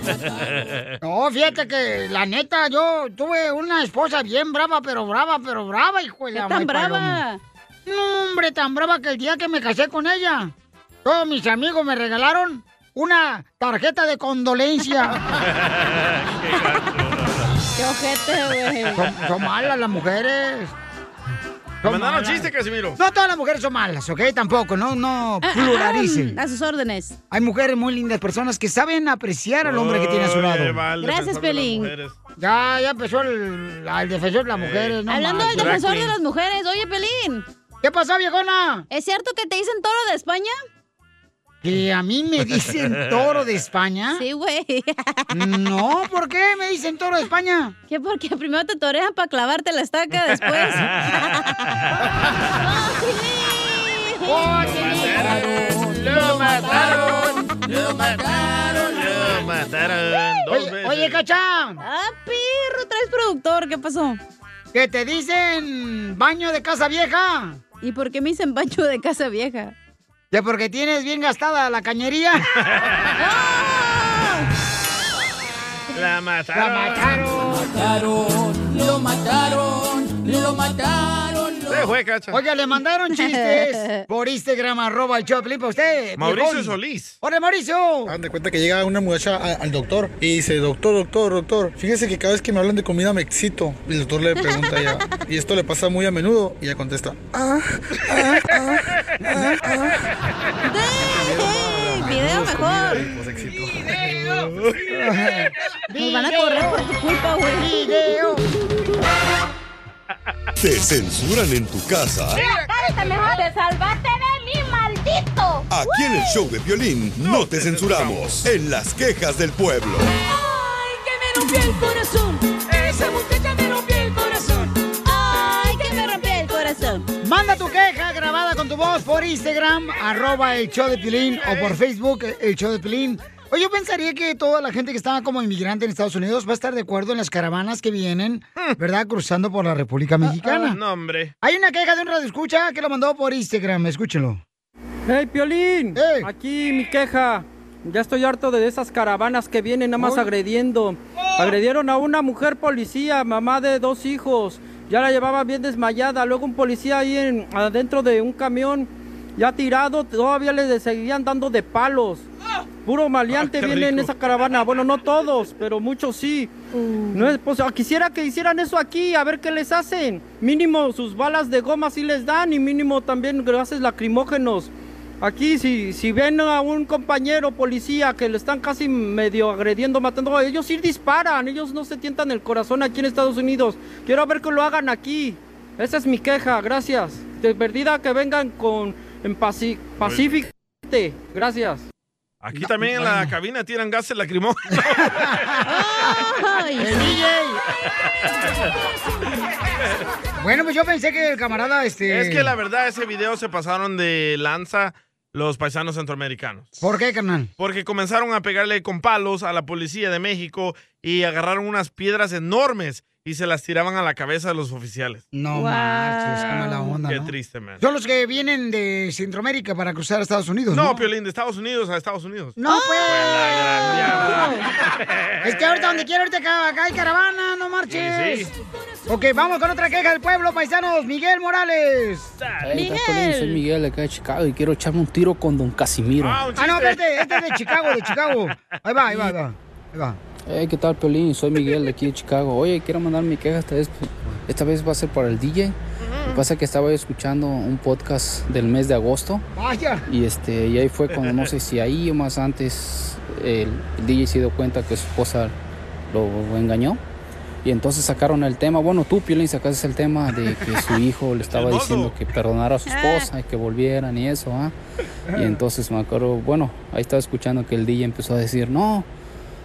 [SPEAKER 3] No, fíjate que la neta, yo tuve una esposa bien brava, pero brava, pero brava, hijo de
[SPEAKER 1] ¿Qué
[SPEAKER 3] la
[SPEAKER 1] tan
[SPEAKER 3] may
[SPEAKER 1] brava?
[SPEAKER 3] paloma. No, hombre, tan brava que el día que me casé con ella, todos mis amigos me regalaron una tarjeta de condolencia.
[SPEAKER 5] Qué ojete, güey.
[SPEAKER 3] Son, son malas las mujeres.
[SPEAKER 4] Me
[SPEAKER 3] Son
[SPEAKER 4] mandaron
[SPEAKER 3] malas.
[SPEAKER 4] chiste, Casimiro.
[SPEAKER 3] No todas las mujeres son malas, ¿ok? Tampoco, no, no pluralice.
[SPEAKER 5] Ah, A sus órdenes.
[SPEAKER 3] Hay mujeres muy lindas, personas que saben apreciar al hombre que tiene a su
[SPEAKER 4] Oye,
[SPEAKER 3] lado.
[SPEAKER 4] vale,
[SPEAKER 5] Gracias,
[SPEAKER 4] pensando en las
[SPEAKER 5] Pelín.
[SPEAKER 4] mujeres.
[SPEAKER 3] Ya, ya empezó el, al defensor de las mujeres. No
[SPEAKER 5] Hablando del
[SPEAKER 3] manches.
[SPEAKER 5] defensor de las mujeres, oye, Pelín.
[SPEAKER 3] ¿Qué pasó, viejona?
[SPEAKER 5] ¿Es cierto que te dicen toro de España?
[SPEAKER 3] ¿Que a mí me dicen toro de España?
[SPEAKER 5] Sí, güey.
[SPEAKER 3] No, ¿por qué me dicen toro de España?
[SPEAKER 5] ¿Qué? Porque primero te torean para clavarte la estaca después.
[SPEAKER 1] Lo mataron, lo mataron, lo mataron. Dos
[SPEAKER 3] Oye,
[SPEAKER 1] veces.
[SPEAKER 3] oye, Cacha.
[SPEAKER 5] Ah, perro, traes productor, ¿qué pasó?
[SPEAKER 3] Que te dicen baño de casa vieja.
[SPEAKER 5] ¿Y por qué me dicen baño de casa vieja?
[SPEAKER 3] Ya porque tienes bien gastada la cañería.
[SPEAKER 4] La mataron.
[SPEAKER 1] mataron, lo mataron, lo
[SPEAKER 3] lo mataron.
[SPEAKER 4] Se fue, Cacha.
[SPEAKER 3] Oiga, le mandaron chistes por Instagram, arroba el Choplin para usted.
[SPEAKER 4] Mauricio
[SPEAKER 3] viejón.
[SPEAKER 4] Solís.
[SPEAKER 3] ¡Hola, Mauricio!
[SPEAKER 17] Hagan de cuenta que llega una muchacha a- al doctor y dice, doctor, doctor, doctor, fíjese que cada vez que me hablan de comida me excito. Y el doctor le pregunta a ella, y esto le pasa muy a menudo, y ella contesta,
[SPEAKER 1] Ah, ah, ah, ah, ah.
[SPEAKER 5] Video mejor. Nos van a correr por tu culpa, güey.
[SPEAKER 3] Video.
[SPEAKER 6] Te censuran en tu casa.
[SPEAKER 18] cállate mejor. Te salvaste de mí, maldito.
[SPEAKER 6] Aquí en el show de violín no te censuramos. En las quejas del pueblo.
[SPEAKER 18] Ay, que me rompió el corazón. Esa muchacha me rompió el corazón.
[SPEAKER 3] ¡Ay, que me rompió el corazón! Manda tu queja grabada con tu voz por Instagram, arroba el show de Pilín, o por Facebook, el show de Pilín. Oye, yo pensaría que toda la gente que está como inmigrante en Estados Unidos va a estar de acuerdo en las caravanas que vienen, ¿verdad? Cruzando por la República Mexicana.
[SPEAKER 4] Mm. Ah, No, hombre.
[SPEAKER 3] Hay una queja de un radio escucha que lo mandó por Instagram, escúchenlo.
[SPEAKER 19] ¡Hey, Piolín! Aquí mi queja. Ya estoy harto de esas caravanas que vienen nada más agrediendo. Agredieron a una mujer policía, mamá de dos hijos. Ya la llevaba bien desmayada. Luego un policía ahí en- adentro de un camión, ya tirado, todavía le de- seguían dando de palos. Puro maleante
[SPEAKER 1] Ah, qué
[SPEAKER 19] viene en
[SPEAKER 1] rico.
[SPEAKER 19] esa caravana. Bueno, no todos, pero muchos sí.
[SPEAKER 1] Mm.
[SPEAKER 19] No es pos- Quisiera que hicieran eso aquí, a ver qué les hacen. Mínimo sus balas de goma sí les dan y mínimo también gases lacrimógenos. Aquí si, si ven a un compañero policía que le están casi medio agrediendo, matando, ellos sí disparan, ellos no se tientan el corazón aquí en Estados Unidos. Quiero ver que lo hagan aquí. Esa es mi queja, gracias. De perdida que vengan con en paci- pacíficamente. Gracias.
[SPEAKER 4] Aquí también en la cabina tiran gases lacrimógenos.
[SPEAKER 3] ¡El DJ! Bueno, pues yo pensé que el camarada, este...
[SPEAKER 4] Es que la verdad, ese video se pasaron de lanza los paisanos centroamericanos.
[SPEAKER 3] ¿Por qué, carnal?
[SPEAKER 4] Porque comenzaron a pegarle con palos a la policía de México y agarraron unas piedras enormes y se las tiraban a la cabeza de los oficiales.
[SPEAKER 3] No marches, qué mala onda,
[SPEAKER 4] Qué
[SPEAKER 3] ¿no?
[SPEAKER 4] triste, man.
[SPEAKER 3] Son los que vienen de Centroamérica para cruzar a Estados Unidos, pues, ¿no?
[SPEAKER 4] No, Piolín, de Estados Unidos a Estados Unidos.
[SPEAKER 3] No, pues.
[SPEAKER 4] ¡Ah! la gran
[SPEAKER 3] Es que ahorita donde quiera, ahorita acá, acá hay caravana, no marches.
[SPEAKER 1] Sí, sí.
[SPEAKER 3] Ok, vamos con otra queja del pueblo, paisanos. Miguel Morales.
[SPEAKER 8] Hey, Capolín, soy Miguel acá de Chicago y quiero echarme un tiro con Don Casimiro.
[SPEAKER 3] Ah, no, espérate, este es de Chicago, de Chicago. Ahí va, ahí va, ahí va.
[SPEAKER 8] Hey, ¿qué tal, Piolín? Soy Miguel de aquí de Chicago. Oye, quiero mandar mi queja esta vez. Esta vez va a ser para el DJ. Lo que pasa es que estaba yo escuchando un podcast del mes de agosto.
[SPEAKER 3] Vaya.
[SPEAKER 8] Y este, y ahí fue cuando no sé si ahí o más antes el, el DJ se dio cuenta que su esposa lo engañó. Y entonces sacaron el tema, bueno, tú, Piolín, sacaste el tema de que su hijo le estaba diciendo que perdonara a su esposa y que volvieran y eso, ¿ah? Y entonces me acuerdo, bueno, ahí estaba escuchando que el DJ empezó a decir, no,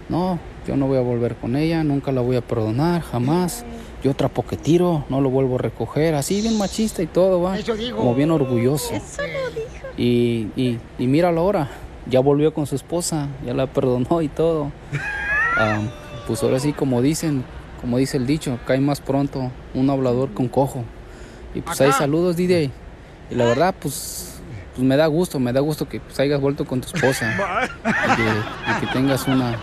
[SPEAKER 8] no, yo no voy a volver con ella, nunca la voy a perdonar, jamás. Yo trapo que tiro, no lo vuelvo a recoger, así bien machista y todo, va. Como bien orgulloso. Y, y, y míralo ahora, ya volvió con su esposa, ya la perdonó y todo. Ah, pues ahora sí, como dicen, como dice el dicho, cae más pronto un hablador con cojo. Y pues ahí
[SPEAKER 20] Ajá.
[SPEAKER 8] saludos, DJ. Y la verdad, pues, pues me da gusto, me da gusto que pues, hayas vuelto con tu esposa. y, que, y que tengas una...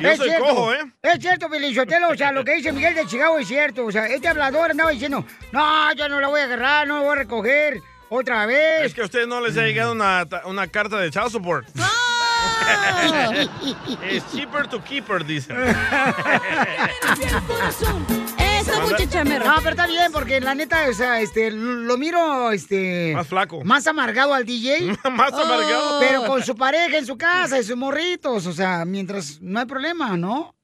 [SPEAKER 4] Yo soy
[SPEAKER 3] cierto,
[SPEAKER 4] cojo, ¿eh?
[SPEAKER 3] Es cierto, Pelizotelo, o sea, lo que dice Miguel de Chicago es cierto. O sea, este hablador andaba diciendo, no, yo no la voy a agarrar, no la voy a recoger otra vez.
[SPEAKER 4] Es que a ustedes no les ha llegado una, ta- una carta de child support. Es cheaper to keeper, dicen.
[SPEAKER 3] Esa
[SPEAKER 4] muchacha me
[SPEAKER 3] No, pero está bien, porque la neta, o sea, este, lo miro, este... Más
[SPEAKER 4] flaco.
[SPEAKER 3] Más amargado al DJ.
[SPEAKER 4] Más amargado.
[SPEAKER 3] Pero con su pareja en su casa y sus morritos, o sea, mientras no hay problema, ¿no?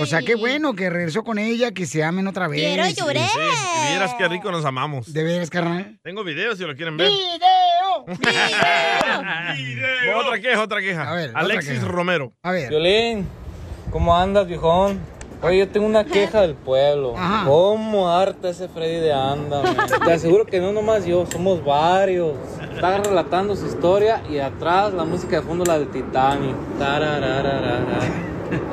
[SPEAKER 3] O sea, qué bueno que regresó con ella, que se amen otra vez.
[SPEAKER 4] Sí, sí. Y vieras qué rico nos amamos.
[SPEAKER 3] ¿De veras, carnal?
[SPEAKER 4] Tengo videos si lo quieren ver.
[SPEAKER 3] ¡Video!
[SPEAKER 4] Otra queja, otra queja.
[SPEAKER 20] otra
[SPEAKER 4] Alexis
[SPEAKER 20] queja.
[SPEAKER 4] Romero.
[SPEAKER 3] A ver.
[SPEAKER 20] Violín, ¿cómo andas, viejón? Oye, yo tengo una queja del pueblo.
[SPEAKER 3] Ajá.
[SPEAKER 20] ¿Cómo harta ese Freddy de anda? man? Te aseguro que no nomás yo, somos varios. Está relatando su historia y atrás la música de fondo, la del Titanic. Tararararara.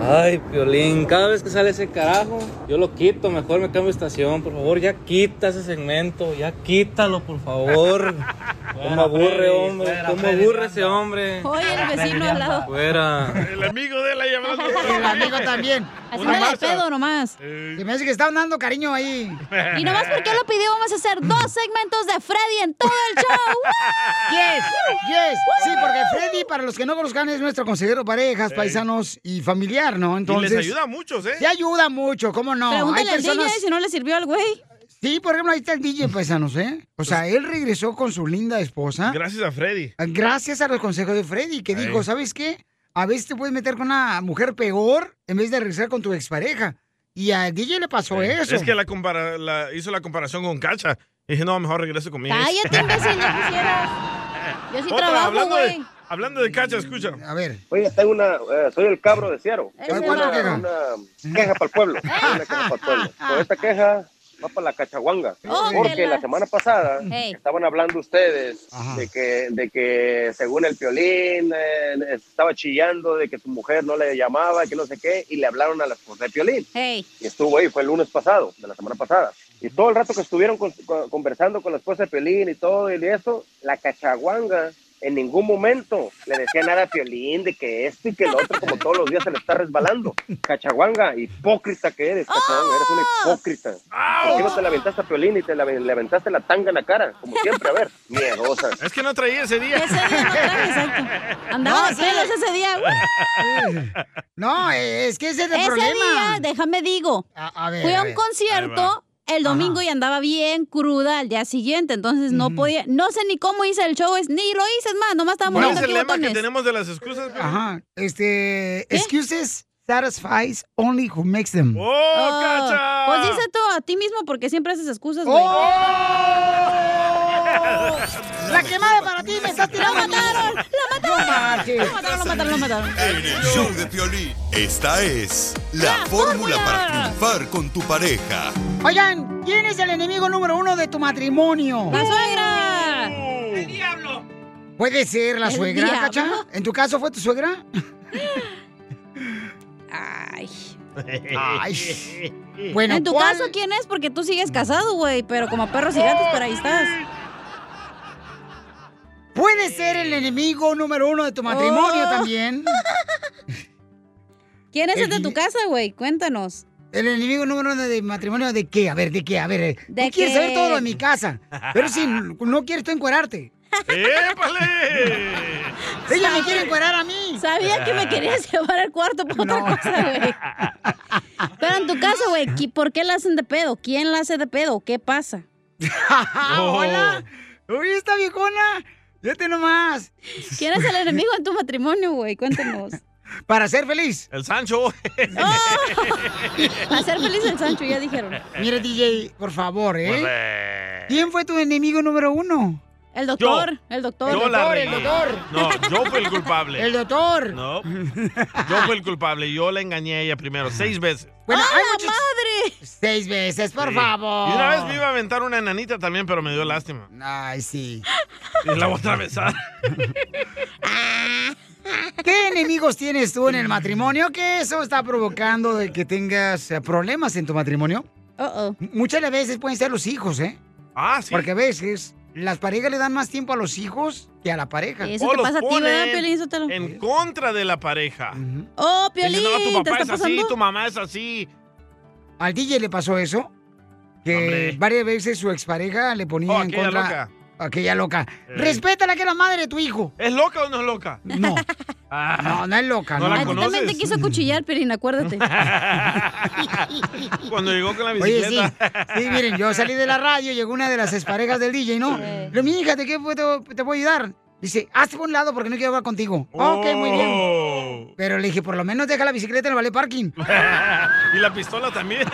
[SPEAKER 20] Ay, Piolín, cada vez que sale ese carajo, yo lo quito, mejor me cambio de estación, por favor, ya quita ese segmento, ya quítalo, por favor. ¿Cómo aburre, hombre? ¿Cómo aburre ese hombre?
[SPEAKER 5] Oye, el vecino al lado.
[SPEAKER 20] Fuera.
[SPEAKER 4] El amigo de la llamada.
[SPEAKER 3] El amigo también.
[SPEAKER 5] Haciéndole de pedo nomás.
[SPEAKER 3] Y me dice que estaban dando cariño ahí.
[SPEAKER 5] Y nomás porque lo pidió, vamos a hacer dos segmentos de Freddy en todo el show.
[SPEAKER 3] Yes, yes. Sí, porque Freddy, para los que no conozcan, es nuestro consejero de parejas, paisanos y familiar, ¿no? Entonces.
[SPEAKER 4] les ayuda a muchos, ¿eh?
[SPEAKER 3] Sí, ayuda mucho, ¿cómo no?
[SPEAKER 5] Pregúntale al DJ si no le sirvió al güey.
[SPEAKER 3] Sí, por ejemplo, ahí está el DJ, paisanos, ¿eh? O sea, él regresó con su linda
[SPEAKER 4] Pues
[SPEAKER 3] esposa. Ah,
[SPEAKER 4] Gracias a Freddy.
[SPEAKER 3] Gracias a los consejos de Freddy, que dijo, ¿sabes qué? A veces te puedes meter con una mujer peor en vez de regresar con tu expareja. Y al DJ le pasó eso.
[SPEAKER 4] Es que la compara- la- hizo la comparación con Cacha. Dije, no, mejor regreso conmigo.
[SPEAKER 5] Cállate, imbécil, no quisieras. Yo sí
[SPEAKER 4] Otra,
[SPEAKER 5] trabajo,
[SPEAKER 4] hablando de,
[SPEAKER 5] güey.
[SPEAKER 4] hablando de Cacha, escucha.
[SPEAKER 3] A ver.
[SPEAKER 21] Oye, tengo una, eh, soy el cabro de Ciaro. Tengo
[SPEAKER 4] ¿cuál
[SPEAKER 21] una,
[SPEAKER 4] queja?
[SPEAKER 21] una queja para el pueblo. Tengo Una queja para el pueblo. Pero esta queja va para la cachaguanga.
[SPEAKER 15] Oh,
[SPEAKER 21] porque
[SPEAKER 15] que la-
[SPEAKER 21] la semana pasada
[SPEAKER 15] Hey.
[SPEAKER 21] estaban hablando ustedes de que, de que según el violín estaba chillando, de que su mujer no le llamaba, que no sé qué, y le hablaron a la esposa de violín. Y estuvo ahí, fue el lunes pasado, de la semana pasada. Y todo el rato que estuvieron con- con- conversando con la esposa de Piolín y todo y eso, la cachaguanga en ningún momento le decía nada a Piolín de que esto y que lo otro, como todos los días se le está resbalando. Cachaguanga, hipócrita que eres, cachabón, eres una hipócrita. ¿Por qué no te la aventaste a Piolín y te la, le aventaste la tanga en la cara? Como siempre, a ver, miedosa.
[SPEAKER 4] Es que no traía ese día.
[SPEAKER 5] Andaba de
[SPEAKER 21] No, sí.
[SPEAKER 5] pelos ese día.
[SPEAKER 3] No, es que ese es el
[SPEAKER 5] ese
[SPEAKER 3] problema.
[SPEAKER 5] día, déjame digo.
[SPEAKER 3] a ver,
[SPEAKER 5] fui a
[SPEAKER 3] a
[SPEAKER 5] un
[SPEAKER 3] ver.
[SPEAKER 5] concierto el domingo y andaba bien cruda al día siguiente, entonces no podía, no sé ni cómo hice el show, es- ni lo hice, es más, nomás estábamos
[SPEAKER 4] ¿Cuál es el
[SPEAKER 5] dando aquí
[SPEAKER 4] lema que
[SPEAKER 5] botones.
[SPEAKER 4] tenemos de las excusas? Piolín?
[SPEAKER 3] Ajá. Este. Excuses satisfies only who makes them.
[SPEAKER 5] Oh, Pues dice tú a ti mismo porque siempre haces excusas,
[SPEAKER 4] ¡Oh!
[SPEAKER 5] güey.
[SPEAKER 3] ¡Oh! La quemada para ti, me estás tirando. ¡Lo mataron!
[SPEAKER 5] ¡Lo mataron! ¡Lo mataron, lo mataron, lo mataron!
[SPEAKER 6] En el show de Piolín. Esta es la fórmula para triunfar con tu pareja.
[SPEAKER 3] Oigan, ¿quién es el enemigo número uno de tu matrimonio?
[SPEAKER 5] ¡La suegra!
[SPEAKER 3] ¡El diablo! Puede ser la
[SPEAKER 5] El
[SPEAKER 3] suegra,
[SPEAKER 5] diablo.
[SPEAKER 3] Cacha. ¿En tu caso fue tu suegra?
[SPEAKER 5] Ay.
[SPEAKER 3] Ay. Bueno,
[SPEAKER 5] en tu
[SPEAKER 3] ¿cuál-
[SPEAKER 5] caso, ¿quién es? Porque tú sigues casado, güey, pero como perros y gatos, pero ahí estás.
[SPEAKER 3] Puede ser el enemigo número uno de tu matrimonio
[SPEAKER 5] Oh.
[SPEAKER 3] también.
[SPEAKER 5] ¿Quién es el de tu casa, güey? Cuéntanos.
[SPEAKER 3] El enemigo número uno de mi matrimonio, ¿de qué? A ver, ¿de qué? A ver, eh,
[SPEAKER 5] ¿De
[SPEAKER 3] tú quieres
[SPEAKER 5] qué?
[SPEAKER 3] saber todo lo de mi casa, pero si n- no quieres tú encuerarte.
[SPEAKER 4] ¡Épale!
[SPEAKER 3] Ella me quiere encuerar a mí.
[SPEAKER 5] Sabía que me querías llevar al cuarto por otra cosa, güey. Pero en tu caso, güey, ¿qui- ¿por qué la hacen de pedo? ¿Quién la hace de pedo? ¿Qué pasa?
[SPEAKER 3] Ah, hola. Uy, esta viejona. Vete nomás.
[SPEAKER 5] ¿Quién es el enemigo en tu matrimonio, güey? Cuéntanos.
[SPEAKER 3] Para ser feliz.
[SPEAKER 4] El Sancho.
[SPEAKER 5] A ser feliz el Sancho, ya dijeron.
[SPEAKER 3] Mire, DJ, por favor,
[SPEAKER 4] Pues,
[SPEAKER 3] ¿eh? ¿Quién fue tu enemigo número uno?
[SPEAKER 5] El
[SPEAKER 4] doctor, Yo.
[SPEAKER 5] el
[SPEAKER 4] Yo
[SPEAKER 5] doctor.
[SPEAKER 4] la regué. No, yo fui el culpable.
[SPEAKER 3] El doctor.
[SPEAKER 4] No. Yo fui el culpable. Yo la engañé a ella primero, seis veces.
[SPEAKER 3] Bueno,
[SPEAKER 5] ¡Ah,
[SPEAKER 3] ¡A madre! Seis veces, por
[SPEAKER 4] Sí.
[SPEAKER 3] favor.
[SPEAKER 4] Y una vez me iba a aventar una enanita también, pero me dio lástima.
[SPEAKER 3] Ay, sí.
[SPEAKER 4] Y la ah, voy a atravesar.
[SPEAKER 3] ¿Qué enemigos tienes tú en el matrimonio? ¿Qué eso está provocando de que tengas eh, problemas en tu matrimonio? M- Muchas de las veces pueden ser los hijos, ¿eh?
[SPEAKER 4] Ah, sí.
[SPEAKER 3] Porque a veces las parejas le dan más tiempo a los hijos que a la pareja.
[SPEAKER 4] O los ponen En contra de la pareja.
[SPEAKER 5] Oh,
[SPEAKER 3] Piolín,
[SPEAKER 4] Dicen, no, tu
[SPEAKER 3] ¿te
[SPEAKER 4] papá
[SPEAKER 3] está
[SPEAKER 4] es así,
[SPEAKER 3] pasando?
[SPEAKER 4] tu mamá es así.
[SPEAKER 3] Al DJ le pasó eso. Que varias veces su expareja le ponía en
[SPEAKER 4] Oh, aquella
[SPEAKER 3] contra.
[SPEAKER 4] loca.
[SPEAKER 3] Aquella loca.
[SPEAKER 4] Eh.
[SPEAKER 3] Respétala que es la madre de tu hijo.
[SPEAKER 4] ¿Es loca o no es loca?
[SPEAKER 3] No.
[SPEAKER 4] Ah.
[SPEAKER 3] No, no es loca.
[SPEAKER 4] ¿No
[SPEAKER 3] no.
[SPEAKER 4] la
[SPEAKER 5] A ti también te quiso cuchillar, Piolín, acuérdate.
[SPEAKER 4] Cuando llegó con la
[SPEAKER 3] Oye,
[SPEAKER 4] bicicleta.
[SPEAKER 3] sí, sí, miren, yo salí de la radio, llegó una de las exparejas del DJ, ¿no? Pero mi hija, ¿de qué puedo- te puedo ayudar? Dice, hazte por un lado porque no quiero hablar contigo. Ok, muy bien.
[SPEAKER 4] Oh.
[SPEAKER 3] Pero le dije, por lo menos deja la bicicleta en el vale parking.
[SPEAKER 4] y la pistola también.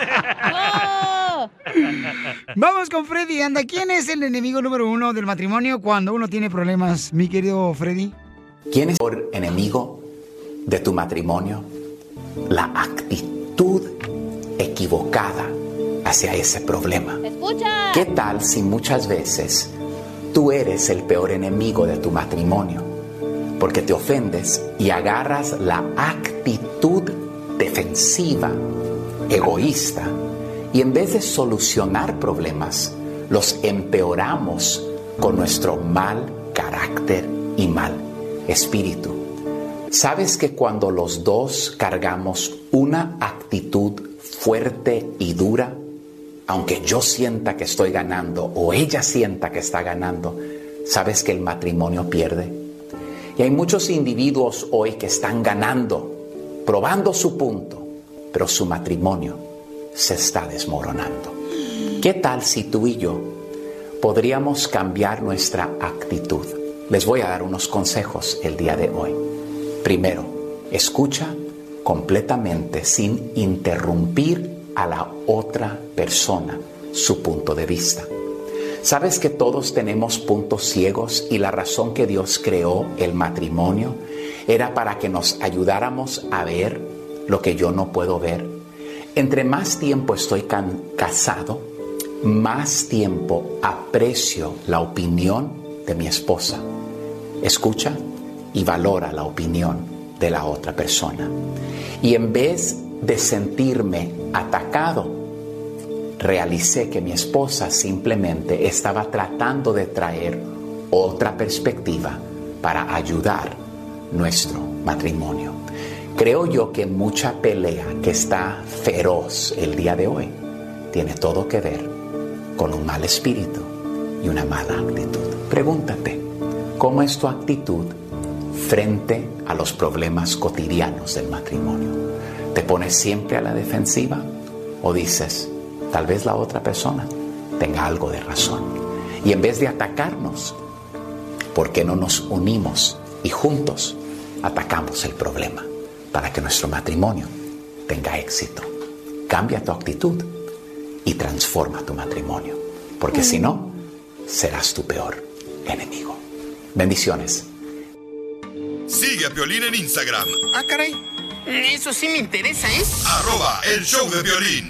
[SPEAKER 3] Vamos con Freddy, anda, ¿quién es el enemigo número uno del matrimonio cuando uno tiene problemas, mi querido Freddy?
[SPEAKER 22] ¿Quién es el enemigo de tu matrimonio? La actitud equivocada hacia ese problema.
[SPEAKER 5] Escucha.
[SPEAKER 22] ¿Qué tal si muchas veces tú eres el peor enemigo de tu matrimonio? Porque te ofendes y agarras la actitud defensiva, egoísta, y en vez de solucionar problemas, los empeoramos con nuestro mal carácter y mal espíritu. ¿Sabes que cuando los dos cargamos una actitud fuerte y dura, aunque yo sienta que estoy ganando o ella sienta que está ganando, sabes que el matrimonio pierde? Y hay muchos individuos hoy que están ganando, probando su punto, pero su matrimonio se está desmoronando. ¿Qué tal si tú y yo podríamos cambiar nuestra actitud? Les voy a dar unos consejos el día de hoy. Primero, escucha completamente sin interrumpir a la otra persona su punto de vista. Sabes que todos tenemos puntos ciegos y la razón que Dios creó el matrimonio era para que nos ayudáramos a ver lo que yo no puedo ver. Entre más tiempo estoy casado, más tiempo aprecio la opinión de mi esposa. Escucha y valora la opinión de la otra persona. Y en vez de sentirme atacado, realicé que mi esposa simplemente estaba tratando de traer otra perspectiva para ayudar nuestro matrimonio. Creo yo que mucha pelea que está feroz el día de hoy tiene todo que ver con un mal espíritu y una mala actitud. Pregúntate, ¿cómo es tu actitud frente a los problemas cotidianos del matrimonio? ¿Te pones siempre a la defensiva o dices, tal vez la otra persona tenga algo de razón? Y en vez de atacarnos, ¿por qué no nos unimos y juntos atacamos el problema para que nuestro matrimonio tenga éxito? Cambia tu actitud y transforma tu matrimonio, porque si no, serás tu peor enemigo. Bendiciones.
[SPEAKER 6] Sigue a Piolín en Instagram.
[SPEAKER 23] Ah, caray. Eso sí me interesa, ¿eh?
[SPEAKER 6] Arroba el show de violín.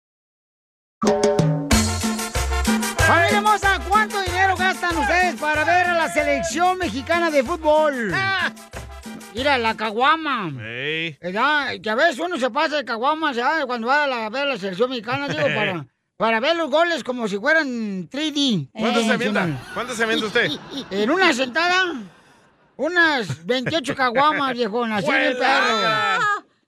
[SPEAKER 3] Familia hermosa, ¿cuánto dinero gastan ustedes para ver a la selección mexicana de fútbol?
[SPEAKER 4] Ah.
[SPEAKER 3] Mira, la caguama. ¿Verdad? Que a veces uno se pasa de caguama, ¿sabes? Cuando va a, la- a ver la selección mexicana, digo, para, para ver los goles como si fueran 3D.
[SPEAKER 4] ¿Cuántas se
[SPEAKER 3] avientan?
[SPEAKER 4] avienta? ¿Cuántas se avienta usted?
[SPEAKER 3] En una sentada, unas 28 caguamas, viejón, así en el perro.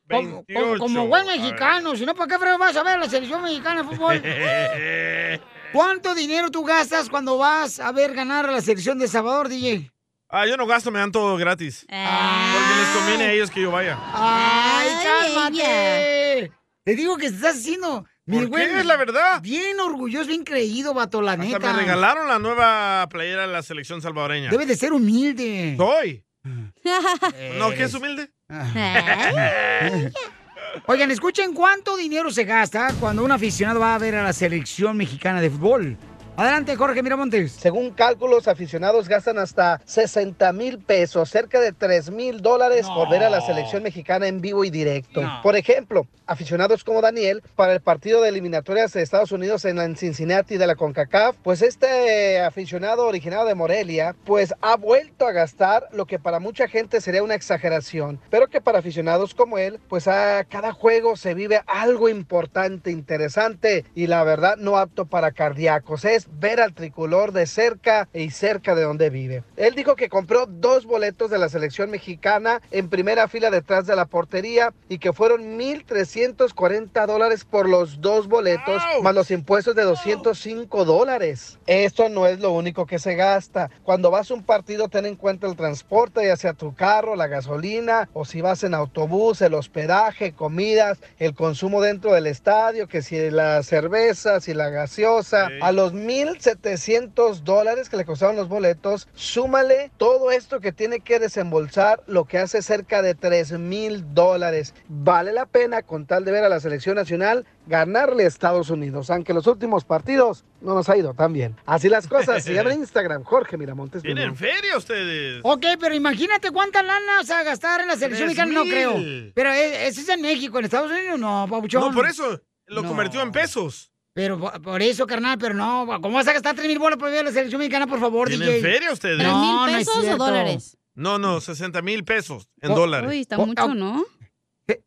[SPEAKER 3] Como, como- como buen mexicano, si no, ¿para qué fregado vas a ver la selección mexicana de fútbol?
[SPEAKER 4] Eh,
[SPEAKER 3] ¿Cuánto dinero tú gastas cuando vas a ver ganar a la selección de Salvador, DJ?
[SPEAKER 4] Ah, yo no gasto, me dan todo gratis. Porque les conviene a ellos que yo vaya.
[SPEAKER 3] ¡Ay, cálmate! Te digo que estás haciendo... Mi güey,
[SPEAKER 4] qué? Es la
[SPEAKER 3] verdad. Bien orgulloso, bien creído, vato, la
[SPEAKER 4] Hasta
[SPEAKER 3] neta.
[SPEAKER 4] me regalaron la nueva playera de la selección salvadoreña.
[SPEAKER 3] Debes de ser humilde.
[SPEAKER 4] Soy. No, ¿qué es humilde?
[SPEAKER 3] ¿Eh? Oigan, escuchen cuánto dinero se gasta cuando un aficionado va a ver a la selección mexicana de fútbol. Adelante, Jorge Miramontes.
[SPEAKER 7] Según cálculos, aficionados gastan hasta 60 mil pesos, cerca de 3 mil dólares por ver a la selección mexicana en vivo y directo. Por ejemplo, aficionados como Daniel para el partido de eliminatorias de Estados Unidos en en Cincinnati de la CONCACAF, pues este aficionado originado de Morelia, pues ha vuelto a gastar lo que para mucha gente sería una exageración, pero que para aficionados como él, pues a cada juego se vive algo importante, interesante y la verdad no apto para cardíacos. Es es ver al tricolor de cerca y cerca de donde vive. Él dijo que compró dos boletos de la selección mexicana en primera fila detrás de la portería y que fueron 1.340 dólares por los dos boletos más los impuestos de 205 dólares. Esto no es lo único que se gasta. Cuando vas a un partido ten en cuenta el transporte, ya sea tu carro, la gasolina o si vas en autobús, el hospedaje, comidas, el consumo dentro del estadio, que si la cerveza, si la gaseosa, a los 1.700 dólares que le costaron los boletos, súmale todo esto que tiene que desembolsar, lo que hace cerca de 3.000 dólares. Vale la pena con tal de ver a la selección nacional ganarle a Estados Unidos, aunque los últimos partidos no nos ha ido tan bien. Así las cosas, se llama Instagram, Jorge Miramontes.
[SPEAKER 4] Tienen
[SPEAKER 7] Muñoz.
[SPEAKER 4] feria ustedes.
[SPEAKER 3] Ok, pero imagínate cuánta lana vas a gastar en la selección
[SPEAKER 4] Tres
[SPEAKER 3] mexicana, no
[SPEAKER 4] mil.
[SPEAKER 3] creo. Pero eh, eso es en México, en Estados Unidos no, papuchón.
[SPEAKER 4] No, por eso lo
[SPEAKER 3] No.
[SPEAKER 4] convirtió en pesos.
[SPEAKER 3] Pero po- por eso, carnal, pero no, ¿cómo vas a gastar 3 mil bolas por ver a la selección mexicana, por favor,
[SPEAKER 4] ¿Tienen
[SPEAKER 3] DJ?
[SPEAKER 4] feria ustedes?
[SPEAKER 3] No, no es cierto.
[SPEAKER 4] No, no, 60 mil pesos en
[SPEAKER 3] Oh,
[SPEAKER 4] dólares.
[SPEAKER 3] uy, está Oh, mucho, oh. ¿no?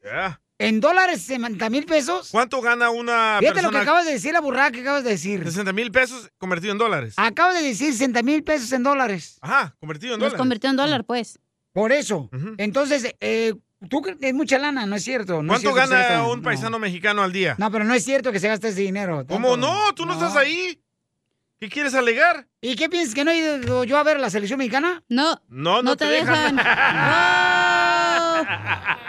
[SPEAKER 4] Ya.
[SPEAKER 3] ¿En dólares 60 mil pesos?
[SPEAKER 4] ¿Cuánto gana una
[SPEAKER 3] Fíjate lo que
[SPEAKER 4] persona?
[SPEAKER 3] acabas de decir, la burrada que acabas de decir.
[SPEAKER 4] 60 mil pesos convertido en dólares.
[SPEAKER 3] Acabas de decir 60 mil pesos en dólares.
[SPEAKER 4] Ajá, convertido en
[SPEAKER 3] Los
[SPEAKER 4] dólares.
[SPEAKER 3] convirtió en dólar, pues. Por eso. Entonces, eh, tú cre- es mucha lana, ¿no es cierto? No es
[SPEAKER 4] ¿Cuánto
[SPEAKER 3] cierto que se
[SPEAKER 4] gana
[SPEAKER 3] gasta-
[SPEAKER 4] un paisano mexicano al día?
[SPEAKER 3] No, pero no es cierto que se gaste ese dinero.
[SPEAKER 4] ¿Cómo no? Tú no, estás ahí. ¿Qué quieres alegar?
[SPEAKER 3] ¿Y qué piensas? ¿Que no he ido yo a ver a la selección mexicana?
[SPEAKER 5] No.
[SPEAKER 4] No, no,
[SPEAKER 3] No te dejan.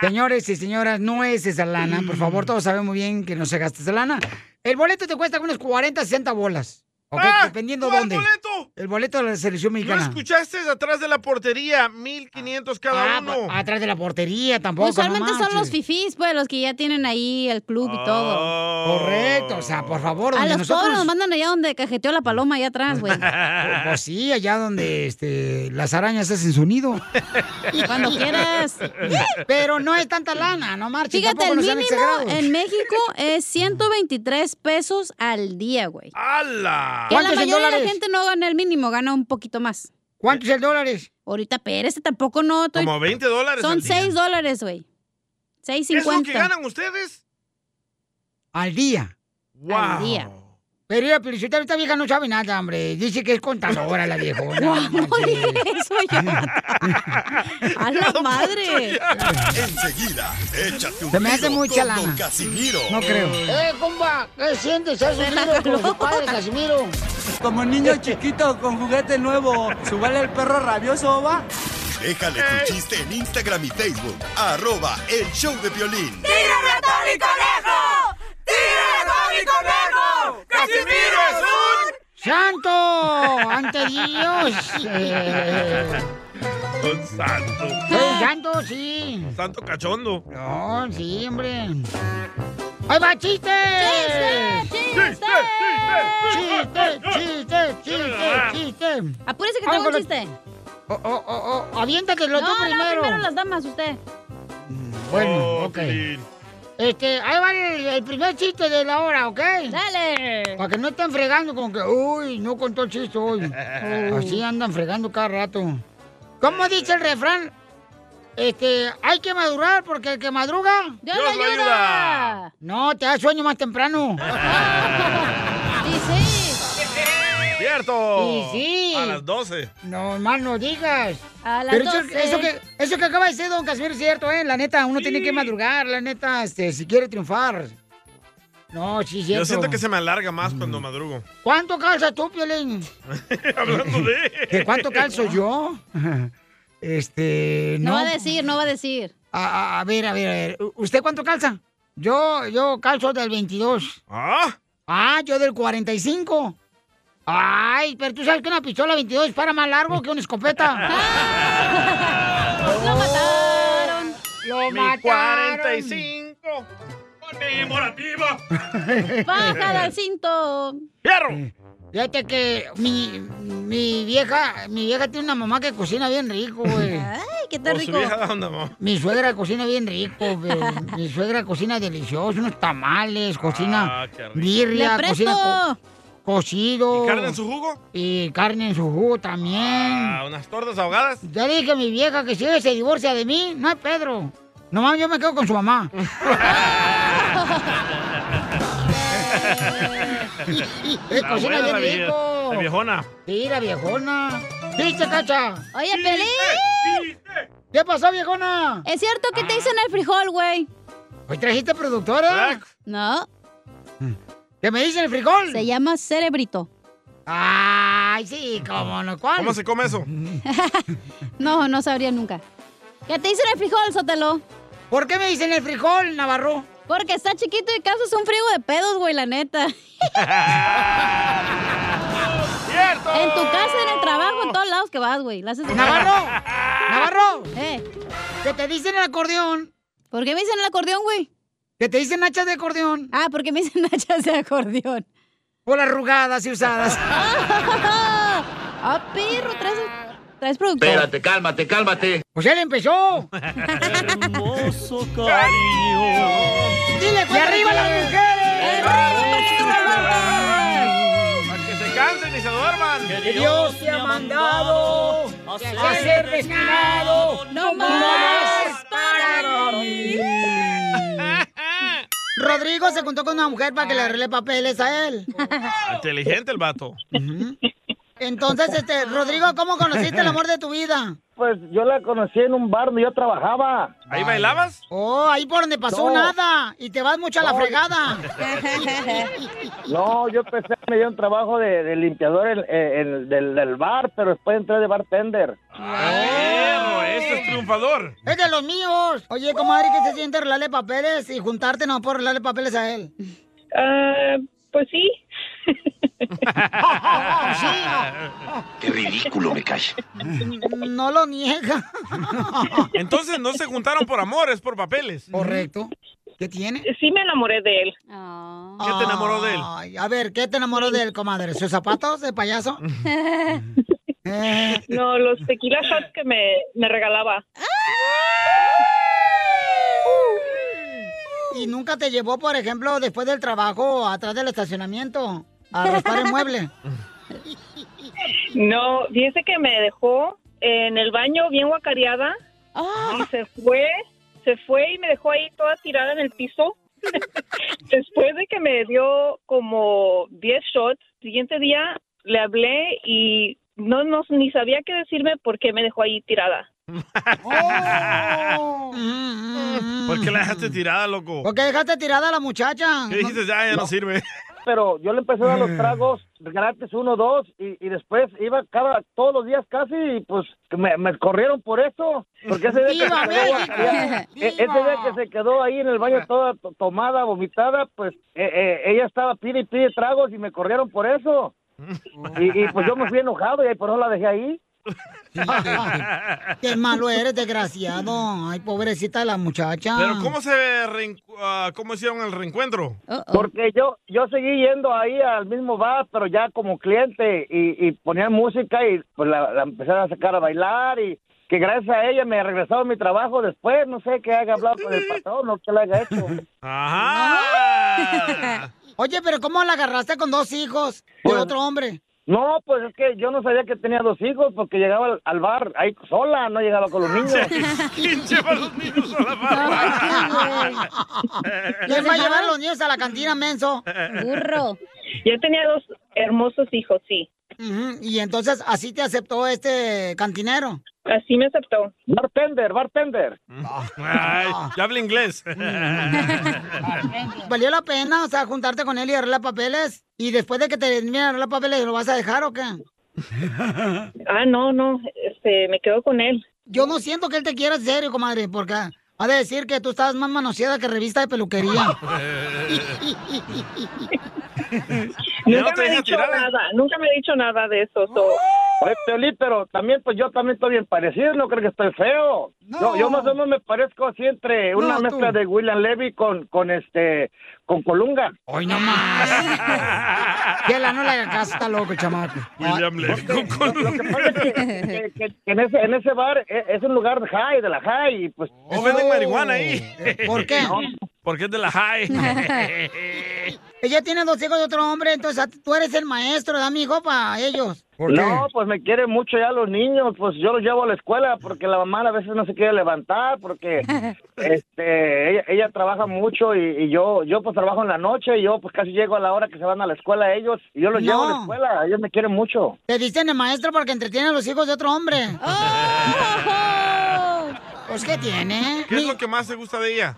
[SPEAKER 3] Señores y señoras, no es esa lana. Por favor, todos sabemos bien que no se gasta esa lana. El boleto te cuesta unos 40, 60 bolas. ¿Ok?
[SPEAKER 4] Ah,
[SPEAKER 3] Dependiendo
[SPEAKER 4] ¿cuál
[SPEAKER 3] dónde.
[SPEAKER 4] boleto?
[SPEAKER 3] El boleto de la selección
[SPEAKER 4] ¿No
[SPEAKER 3] mexicana.
[SPEAKER 4] escuchaste atrás de la portería? 1500 cada
[SPEAKER 3] Ah,
[SPEAKER 4] uno.
[SPEAKER 3] pa- atrás de la portería tampoco.
[SPEAKER 5] Usualmente
[SPEAKER 3] no
[SPEAKER 5] son los
[SPEAKER 3] marches.
[SPEAKER 5] fifís, pues, los que ya tienen ahí el club y todo.
[SPEAKER 4] Oh.
[SPEAKER 3] Correcto, o sea, por favor,
[SPEAKER 5] A
[SPEAKER 3] donde
[SPEAKER 5] los pobres
[SPEAKER 3] nosotros.
[SPEAKER 5] nos mandan allá donde cajeteó la paloma allá atrás, güey.
[SPEAKER 3] Pues sí, allá donde este, las arañas hacen su nido.
[SPEAKER 5] Cuando quieras.
[SPEAKER 3] Pero no es tanta lana, no marches.
[SPEAKER 5] Fíjate, el
[SPEAKER 3] tampoco no sean
[SPEAKER 5] mínimo
[SPEAKER 3] exagerados.
[SPEAKER 5] en México es 123 pesos al día, güey.
[SPEAKER 3] Ah.
[SPEAKER 4] ¡Hala!
[SPEAKER 5] Que la mayoría de la gente no gana el mínimo, gana un poquito más.
[SPEAKER 3] ¿Cuántos el dólares?
[SPEAKER 5] Ahorita, pero este tampoco no. estoy-
[SPEAKER 4] Como 20 dólares
[SPEAKER 5] Son
[SPEAKER 4] al día.
[SPEAKER 5] 6 dólares, güey. 6.50.
[SPEAKER 4] ¿Es lo que ganan ustedes?
[SPEAKER 3] Al día.
[SPEAKER 4] Al Wow.
[SPEAKER 3] día. Pero mira, Felicita, esta vieja no sabe nada, hombre. Dice que es contadora la viejona. no dije
[SPEAKER 5] eso yo. ¡A la madre!
[SPEAKER 6] Enseguida, échate un
[SPEAKER 3] Se me hace
[SPEAKER 6] tiro
[SPEAKER 3] mucha
[SPEAKER 6] con
[SPEAKER 3] lana.
[SPEAKER 6] Don Casimiro.
[SPEAKER 3] No creo.
[SPEAKER 9] ¡Eh, compa! ¿Qué sientes? ¿Has
[SPEAKER 3] la
[SPEAKER 9] unido con
[SPEAKER 3] jaló.
[SPEAKER 9] su padre, Casimiro?
[SPEAKER 1] Como niño chiquito con juguete nuevo, subale el perro rabioso, va.
[SPEAKER 6] Déjale tu chiste en Instagram y Facebook. Arroba el show de violín.
[SPEAKER 18] ¡Tírame a Tony Conejo! ¡Tírame a Tony Conejo! ¡Casimiro es un...
[SPEAKER 3] ¡Santo! ¡Ante Dios! Eh,
[SPEAKER 4] Un santo.
[SPEAKER 3] soy santo, sí.
[SPEAKER 4] Un santo cachondo.
[SPEAKER 3] No, sí, hombre. ¡Ahí va, chiste! ¡Chiste,
[SPEAKER 4] chiste,
[SPEAKER 3] chiste! ¡Chiste, chiste, chiste, chiste!
[SPEAKER 5] Apúrese que
[SPEAKER 3] Vamos
[SPEAKER 5] tengo un
[SPEAKER 3] con
[SPEAKER 5] chiste.
[SPEAKER 3] Oh, oh, oh, oh, aviéntatelo
[SPEAKER 5] no,
[SPEAKER 3] tú
[SPEAKER 5] no,
[SPEAKER 3] primero.
[SPEAKER 5] primero las damas, usted.
[SPEAKER 3] Bueno,
[SPEAKER 18] Oh,
[SPEAKER 3] ok. Este, ahí va el, el primer chiste de la hora, ¿ok?
[SPEAKER 5] Dale.
[SPEAKER 3] Para que no estén fregando con que, uy, no contó el chiste hoy. Así andan fregando cada rato. ¿Cómo dice el refrán? Este, hay que madurar porque el que madruga...
[SPEAKER 18] Dios lo ayuda. ayuda.
[SPEAKER 3] No, te da sueño más temprano.
[SPEAKER 5] sí, sí.
[SPEAKER 4] ¡Cierto!
[SPEAKER 3] Sí, sí.
[SPEAKER 4] A las 12.
[SPEAKER 3] No, más no digas.
[SPEAKER 5] A las
[SPEAKER 3] Pero eso,
[SPEAKER 5] 12.
[SPEAKER 3] eso que, eso que acaba de decir don Casimiro es cierto, ¿eh? La neta, uno tiene que madrugar, la neta, este, si quiere triunfar. No, sí, cierto.
[SPEAKER 4] Yo
[SPEAKER 3] Mm.
[SPEAKER 4] siento que se me alarga más cuando madrugo.
[SPEAKER 3] ¿Cuánto calzas tú, Piolín?
[SPEAKER 4] Hablando de...
[SPEAKER 3] ¿De cuánto calzo yo? Este,
[SPEAKER 5] No
[SPEAKER 3] no.
[SPEAKER 5] va a decir, no va a decir.
[SPEAKER 3] A, a- a ver, a ver, a ver. ¿U- ¿Usted cuánto calza? Yo, yo calzo del 22.
[SPEAKER 4] ¿Ah?
[SPEAKER 3] Ah, yo del 45. Ay, pero tú sabes que una pistola 22 para más largo que una escopeta.
[SPEAKER 5] Lo mataron.
[SPEAKER 3] Lo
[SPEAKER 18] Mi
[SPEAKER 3] mataron.
[SPEAKER 18] 45.
[SPEAKER 4] ¡Conmemorativa!
[SPEAKER 5] Baja del cinto.
[SPEAKER 4] ¡Fierro!
[SPEAKER 3] Fíjate que mi, mi vieja, mi vieja tiene una mamá que cocina bien rico, güey.
[SPEAKER 5] Ay, qué
[SPEAKER 4] ¿O Oh, su vieja de onda, mamá?
[SPEAKER 3] Mi suegra cocina bien rico, pero mi suegra cocina delicioso, unos tamales, cocina
[SPEAKER 4] Ah, qué rico.
[SPEAKER 3] birria,
[SPEAKER 4] ¡Le
[SPEAKER 3] cocina
[SPEAKER 4] presto!
[SPEAKER 3] co- cocido.
[SPEAKER 4] ¿Y carne en su jugo?
[SPEAKER 3] Y carne en su jugo también.
[SPEAKER 4] Ah, unas tortas ahogadas.
[SPEAKER 3] Ya le dije a mi vieja que si ella se divorcia de mí, no es Pedro. Nomás yo me quedo con su mamá. Eh,
[SPEAKER 4] La
[SPEAKER 3] cocina
[SPEAKER 4] abuela,
[SPEAKER 3] bien
[SPEAKER 4] la vie-
[SPEAKER 3] rico.
[SPEAKER 4] la viejona.
[SPEAKER 3] Sí, la viejona. ¿Viste, Cacha?
[SPEAKER 5] Oye, Pelín.
[SPEAKER 3] ¿Qué pasó, viejona? Ah.
[SPEAKER 5] Es cierto que te dicen el frijol, güey.
[SPEAKER 3] ¿Hoy trajiste productora? Mm.
[SPEAKER 5] No.
[SPEAKER 3] ¿Qué me dicen el frijol?
[SPEAKER 5] Se llama cerebrito.
[SPEAKER 3] Ay, sí, cómo no. ¿Cuál? Mm.
[SPEAKER 4] ¿Cómo se come eso?
[SPEAKER 5] No, no sabría nunca. ¿Qué te dicen el frijol, Sotelo?
[SPEAKER 3] ¿Por qué me dicen el frijol, Navarro?
[SPEAKER 5] Porque está chiquito y causas un frigo de pedos, güey, la neta.
[SPEAKER 4] ¡Cierto!
[SPEAKER 5] En tu casa, en el trabajo, en todos lados que vas, güey. la haces de-
[SPEAKER 3] ¡Navarro! ¡Navarro!
[SPEAKER 5] ¿Eh?
[SPEAKER 3] ¿Qué te dicen el acordeón?
[SPEAKER 5] ¿Por qué me dicen el acordeón, güey?
[SPEAKER 3] ¿Qué te dicen hachas de acordeón?
[SPEAKER 5] Ah, ¿por qué me dicen hachas de acordeón?
[SPEAKER 3] Por arrugadas y usadas.
[SPEAKER 5] ¡Ah, perro! Traes, traes productor.
[SPEAKER 11] cálmate, cálmate.
[SPEAKER 3] Pues él empezó.
[SPEAKER 11] Hermoso cariño.
[SPEAKER 3] Dile,
[SPEAKER 11] ¡Y arriba las
[SPEAKER 3] mujeres!
[SPEAKER 4] Para que se cansen y se duerman.
[SPEAKER 11] Que Dios te ha mandado a ser destinado.
[SPEAKER 3] No
[SPEAKER 11] más
[SPEAKER 3] para mí. Rodrigo se juntó con una mujer para que le arregle papeles a él.
[SPEAKER 4] Inteligente el vato.
[SPEAKER 3] Entonces, este, Rodrigo, ¿cómo conociste el amor de tu vida?
[SPEAKER 12] Pues yo la conocí en un bar donde yo trabajaba.
[SPEAKER 4] ¿Ahí bailabas?
[SPEAKER 3] Oh, ahí por donde pasó
[SPEAKER 12] No.
[SPEAKER 3] nada. Y te vas mucho a la
[SPEAKER 12] No.
[SPEAKER 3] fregada.
[SPEAKER 12] No, yo empecé, me dio un trabajo de, de limpiador en- en- en- del, del bar, pero después entré de bartender.
[SPEAKER 4] Perro, este es triunfador.
[SPEAKER 3] Es de los míos. Oye, comadre, ¿qué se siente arreglarle papeles y juntarte no por arreglarle papeles a él?
[SPEAKER 13] pues sí.
[SPEAKER 11] Qué ridículo me cae.
[SPEAKER 3] No lo niega.
[SPEAKER 4] Entonces no se juntaron por amor, es por papeles.
[SPEAKER 3] Correcto. ¿Qué tiene?
[SPEAKER 13] Sí me enamoré de él.
[SPEAKER 4] ¿Qué te enamoró de él?
[SPEAKER 3] Ay, a ver, ¿qué te enamoró de él, comadre? ¿Sus zapatos de payaso? Eh.
[SPEAKER 13] no, los tequila shots que me, me regalaba.
[SPEAKER 3] ¿Y nunca te llevó, por ejemplo, después del trabajo, atrás del estacionamiento, a raspar el mueble?
[SPEAKER 13] No, fíjese que me dejó en el baño bien guacareada. Y se fue, se fue y me dejó ahí toda tirada en el piso. Después de que me dio como 10 shots, siguiente día le hablé y no, no ni sabía qué decirme porque me dejó ahí tirada.
[SPEAKER 4] Oh. ¿Por qué la dejaste tirada, Ah, loco?
[SPEAKER 3] ¿Por qué dejaste tirada a la muchacha?
[SPEAKER 4] ¿Qué dijiste? Ya, ya no sirve. Eh.
[SPEAKER 12] Pero yo le empecé a dar los tragos gratis, uno, dos, y, y después iba cada, todos los días casi, y pues me, me corrieron por eso. Porque ese día,
[SPEAKER 3] ¡Viva
[SPEAKER 12] que se quedó,
[SPEAKER 3] México!
[SPEAKER 12] guacareada- e- ese día que se quedó ahí en el baño toda to- tomada, vomitada, pues eh, eh, ella estaba pide y pide tragos y me corrieron por eso. Y, y, pues yo me fui enojado y ahí por eso la dejé ahí.
[SPEAKER 3] Qué malo eres, desgraciado. Ay, pobrecita de la muchacha.
[SPEAKER 4] Pero ¿cómo se reen- ah, cómo hicieron el reencuentro?
[SPEAKER 12] Porque yo yo seguí yendo ahí al mismo bar, pero ya como cliente y, y ponían música y pues la, la empezaron a sacar a bailar y que gracias a ella me regresaron mi trabajo después, no sé qué haya hablado con el patrón o qué le haya hecho. Ah.
[SPEAKER 4] Ajá.
[SPEAKER 3] Oye, pero ¿cómo la agarraste con dos hijos de otro hombre?
[SPEAKER 12] Pues No, pues es que yo no sabía que tenía dos hijos porque llegaba al, al bar ahí sola, no llegaba con los niños.
[SPEAKER 4] ¿Quién lleva a los niños a la
[SPEAKER 12] barra?
[SPEAKER 3] ¿Quién va a llevar a los niños a la cantina, menso?
[SPEAKER 13] Burro. Yo tenía dos hermosos hijos, sí.
[SPEAKER 3] Ujú, Y entonces, ¿así te aceptó este cantinero?
[SPEAKER 13] Así me aceptó.
[SPEAKER 12] Bartender, bartender.
[SPEAKER 3] Ah.
[SPEAKER 4] Ay, ya habla inglés.
[SPEAKER 3] Mm. ¿Valió la pena, o sea, juntarte con él y arreglar papeles? ¿Y después de que te termine de arreglar papeles, lo vas a dejar o qué?
[SPEAKER 13] Ah, no, no, este, me quedo con él.
[SPEAKER 3] Yo no siento que él te quiera en serio, comadre, porque ha de decir que tú estás más manoseada que revista de peluquería.
[SPEAKER 13] Nunca me ha dicho nada, nunca me ha dicho nada de eso. so,
[SPEAKER 12] Oye, Piolín, pero también, pues yo también estoy bien parecido, no creo que estoy feo. Yo, yo más o menos me parezco así entre una
[SPEAKER 3] No, tú.
[SPEAKER 12] mezcla de William Levy con, con este, con Colunga.
[SPEAKER 3] Hoy no Que la no le haga caso, está loco, chamaco.
[SPEAKER 12] William Levy con Colunga. Que, que- que en, ese, en ese bar eh, es un lugar high, de la high, y pues...
[SPEAKER 4] ¿O venden marihuana ahí?
[SPEAKER 3] ¿Por qué?
[SPEAKER 4] No, Porque es de la high.
[SPEAKER 3] Ella tiene dos hijos de otro hombre, entonces ah, tú eres el maestro, ¿da, amigo, para ellos?
[SPEAKER 12] No, pues me quieren mucho ya los niños, pues yo los llevo a la escuela porque la mamá a veces no se quiere levantar porque este ella, ella trabaja mucho y, y yo yo pues trabajo en la noche y yo pues casi llego a la hora que se van a la escuela ellos y yo los
[SPEAKER 3] No.
[SPEAKER 12] llevo a la escuela, ellos me quieren mucho.
[SPEAKER 3] Te dicen el maestro porque entretiene a los hijos de otro hombre. Pues, ¿qué tiene?
[SPEAKER 4] ¿Qué es lo que más te gusta de ella?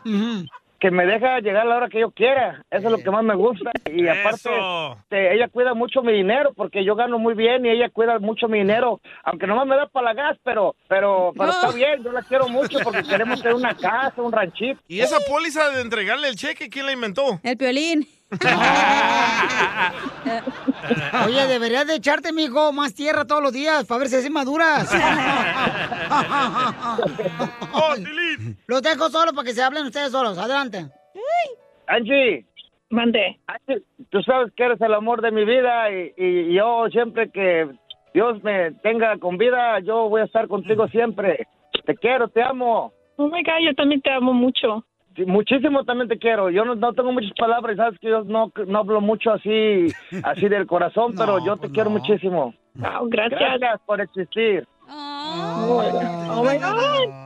[SPEAKER 12] Que me deja llegar a la hora que yo quiera, eso es lo que más me gusta y aparte
[SPEAKER 4] Eso.
[SPEAKER 12] este, ella cuida mucho mi dinero porque yo gano muy bien y ella cuida mucho mi dinero, aunque nomás me da para la gas, pero pero pero está bien, yo la quiero mucho porque queremos tener una casa, un ranchito.
[SPEAKER 4] ¿Y esa póliza de entregarle el cheque, quién la inventó? Ah,
[SPEAKER 5] El piolín.
[SPEAKER 3] Oye, deberías de echarte, mijo, más tierra todos los días para ver si así maduras. los dejo solos para que se hablen ustedes solos. Adelante.
[SPEAKER 12] Angie.
[SPEAKER 13] Mande.
[SPEAKER 12] Tú sabes que eres el amor de mi vida y, y yo siempre que Dios me tenga con vida, yo voy a estar contigo siempre. Te quiero, te amo.
[SPEAKER 13] Oh my God, yo también te amo mucho.
[SPEAKER 12] muchísimo también te quiero. Yo no, no tengo muchas palabras, sabes que yo no, no hablo mucho así, así del corazón, pero yo te quiero muchísimo.
[SPEAKER 13] gracias.
[SPEAKER 12] Gracias por existir.
[SPEAKER 13] Oh my God.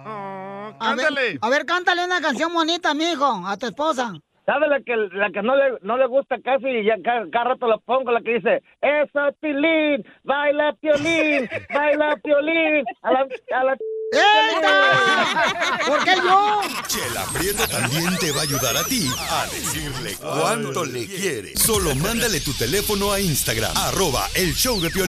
[SPEAKER 3] A ver, a ver, Oh, cántale una canción bonita, mijo, a tu esposa.
[SPEAKER 12] ¿Sabes la que, la que no, le, no le gusta casi? Y ya ca- cada, rato la pongo, la que dice, eso es Pilín, baila Piolín, baila Piolín, a la... A la...
[SPEAKER 3] ¡Eh! ¿Por qué yo?
[SPEAKER 6] Chela Prieto también te va a ayudar a ti a decirle cuánto le quiere. Solo mándale tu teléfono a Instagram, arroba el show de Piolín.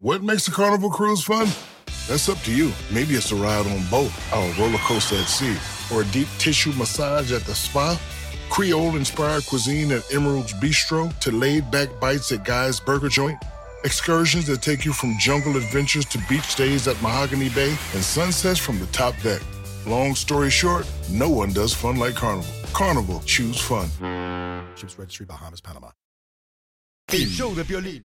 [SPEAKER 10] What makes a carnival cruise fun? That's up to you. Maybe it's a ride on boat, a roller coaster at sea, or a deep tissue massage at the spa. Creole inspired cuisine at Emerald's Bistro to laid back bites at Guy's Burger Joint. Excursions that take you from jungle adventures to beach days at Mahogany Bay and sunsets from the top deck. Long story short, no one does fun like Carnival. Carnival, choose fun. Ships Registry, Bahamas, Panama.
[SPEAKER 6] El show de Piolín.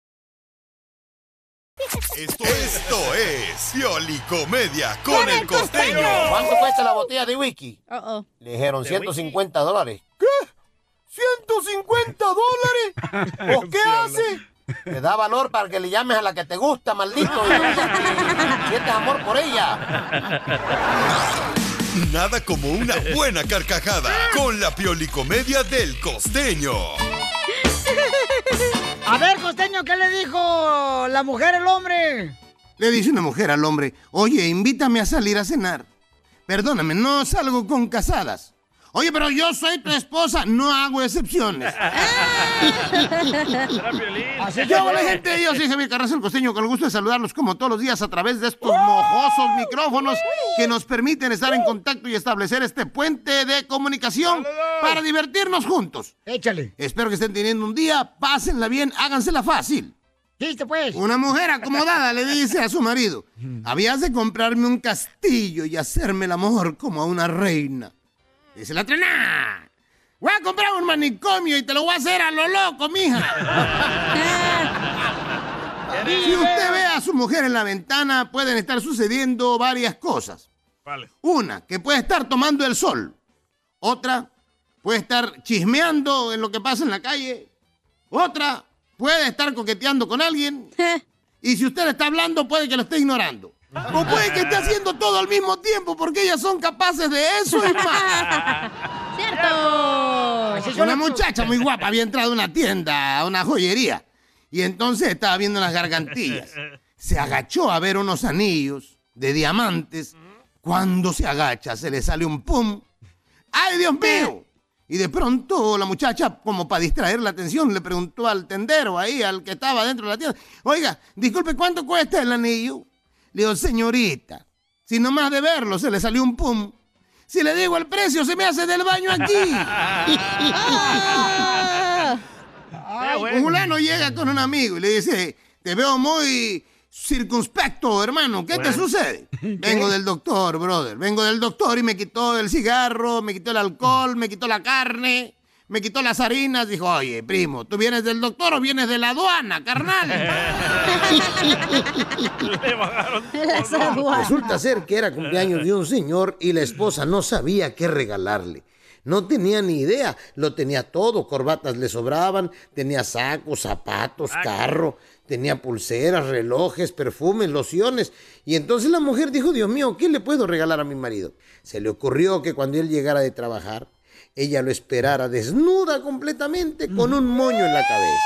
[SPEAKER 6] Esto, esto es Pioli Comedia con el costeño.
[SPEAKER 14] ¿Cuánto cuesta la botella de whisky? Le dijeron
[SPEAKER 6] De
[SPEAKER 14] 150 dólares. ¿Qué? ¿150 dólares? ¿O qué hace? Te da valor para que le llames a la que te gusta, maldito. y no te- Sientes amor por ella.
[SPEAKER 6] Nada como una buena carcajada con la Pioli Comedia del costeño.
[SPEAKER 3] A ver, costeño, ¿qué le dijo la mujer al hombre?
[SPEAKER 15] Le dice una mujer al hombre, oye, invítame a salir a cenar. Perdóname, no salgo con casadas. Oye, pero yo soy tu esposa, no hago excepciones.
[SPEAKER 11] Así
[SPEAKER 15] Yo, hola gente, yo soy Javier Carrasco el Costeño, con el gusto de saludarlos como todos los días a través de estos mojosos micrófonos que nos permiten estar en contacto y establecer este puente de comunicación para divertirnos juntos.
[SPEAKER 3] Échale.
[SPEAKER 15] Espero que estén teniendo un día, pásenla bien, hágansela fácil.
[SPEAKER 3] Listo, pues.
[SPEAKER 15] Una mujer acomodada le dice a su marido, habías de comprarme un castillo y hacerme el amor como a una reina. Dice la trena, voy a comprar un manicomio y te lo voy a hacer a lo loco, mija. Si usted ve a su mujer en la ventana, pueden estar sucediendo varias cosas.
[SPEAKER 4] Vale.
[SPEAKER 15] Una, que puede estar tomando el sol. Otra, puede estar chismeando en lo que pasa en la calle. Otra, puede estar coqueteando con alguien. Y si usted le está hablando, puede que lo esté ignorando. O puede que esté haciendo todo al mismo tiempo, porque ellas son capaces de eso y más.
[SPEAKER 11] ¡Cierto!
[SPEAKER 15] Una muchacha muy guapa había entrado a una tienda, a una joyería. Y entonces estaba viendo unas gargantillas. se agachó a ver unos anillos de diamantes. Cuando se agacha, se le sale un pum. ¡Ay, Dios mío! Y de pronto la muchacha, como para distraer la atención, le preguntó al tendero ahí, al que estaba dentro de la tienda, oiga, disculpe, ¿cuánto cuesta el anillo? Le digo, señorita, si nomás de verlo se le salió un pum, si le digo el precio, se me hace del baño aquí. Un fulano llega con un amigo y le dice, te veo muy
[SPEAKER 13] circunspecto, hermano. ¿Qué te sucede? Vengo del doctor, brother. Vengo del doctor y me quitó el cigarro, me quitó el alcohol, me quitó la carne, me quitó las harinas. Dijo, oye, primo, ¿tú vienes del doctor o vienes de la aduana, carnal?
[SPEAKER 5] Las aduanas.
[SPEAKER 15] Resulta ser que era cumpleaños de un señor y la esposa no sabía qué regalarle. No tenía ni idea, lo tenía todo, corbatas le sobraban, tenía sacos, zapatos, carro, tenía pulseras, relojes, perfumes, lociones. Y entonces la mujer dijo, Dios mío, ¿qué le puedo regalar a mi marido? Se le ocurrió que cuando él llegara de trabajar, ella lo esperara desnuda completamente con un moño en la cabeza.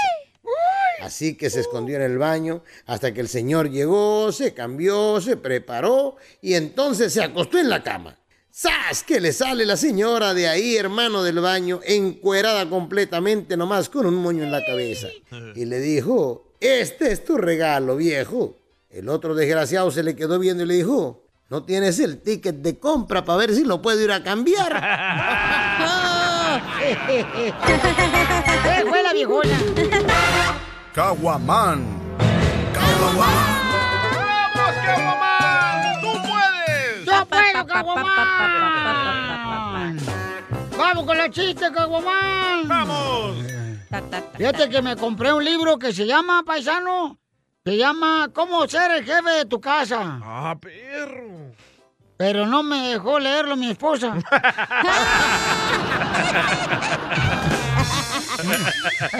[SPEAKER 15] Así que se escondió en el baño hasta que el señor llegó, se cambió, se preparó y entonces se acostó en la cama. ¡Sas! Que le sale la señora de ahí, hermano del baño, encuerada completamente nomás con un moño en la cabeza. Y le dijo, este es tu regalo, viejo. El otro desgraciado se le quedó viendo y le dijo, no tienes el ticket de compra para ver si lo puedo ir a cambiar.
[SPEAKER 3] ¡Eh, fue la viejona!
[SPEAKER 6] Caguaman.
[SPEAKER 3] ¡Tú puedes! ¡Yo puedo, Caguamán! Ah. ¡Vamos con los chistes, Caguamán! ¡Vamos! Fíjate que me compré un libro que se llama, paisano, se llama ¿Cómo ser el jefe de tu casa? ¡Ah, perro! Pero no me dejó leerlo mi esposa.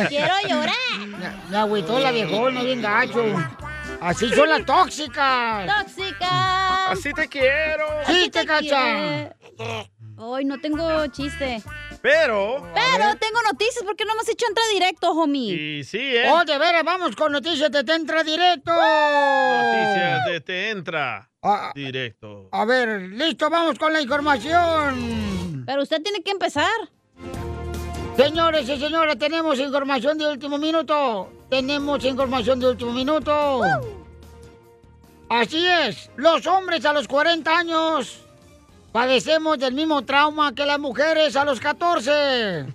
[SPEAKER 1] Quiero llorar.
[SPEAKER 3] Me agüitó la viejona, bien gacho. Así son las tóxicas.
[SPEAKER 5] Tóxica.
[SPEAKER 4] Así te quiero.
[SPEAKER 5] Así
[SPEAKER 3] te cacha.
[SPEAKER 5] quiero. Ay, no tengo chiste.
[SPEAKER 4] Pero.
[SPEAKER 5] Pero tengo noticias porque no hemos hecho entra directo, homie.
[SPEAKER 4] Y sí, ¿eh?
[SPEAKER 3] Oh, de veras, vamos con noticias de Te Entra Directo.
[SPEAKER 4] Noticias de te entra.
[SPEAKER 3] Ah.
[SPEAKER 4] Directo.
[SPEAKER 3] A ver, listo, vamos con la información.
[SPEAKER 5] Pero usted tiene que empezar.
[SPEAKER 3] Señores y señoras, tenemos información de último minuto. Tenemos información de último minuto. Así es, los hombres a los 40 años padecemos del mismo trauma que las mujeres a los 14.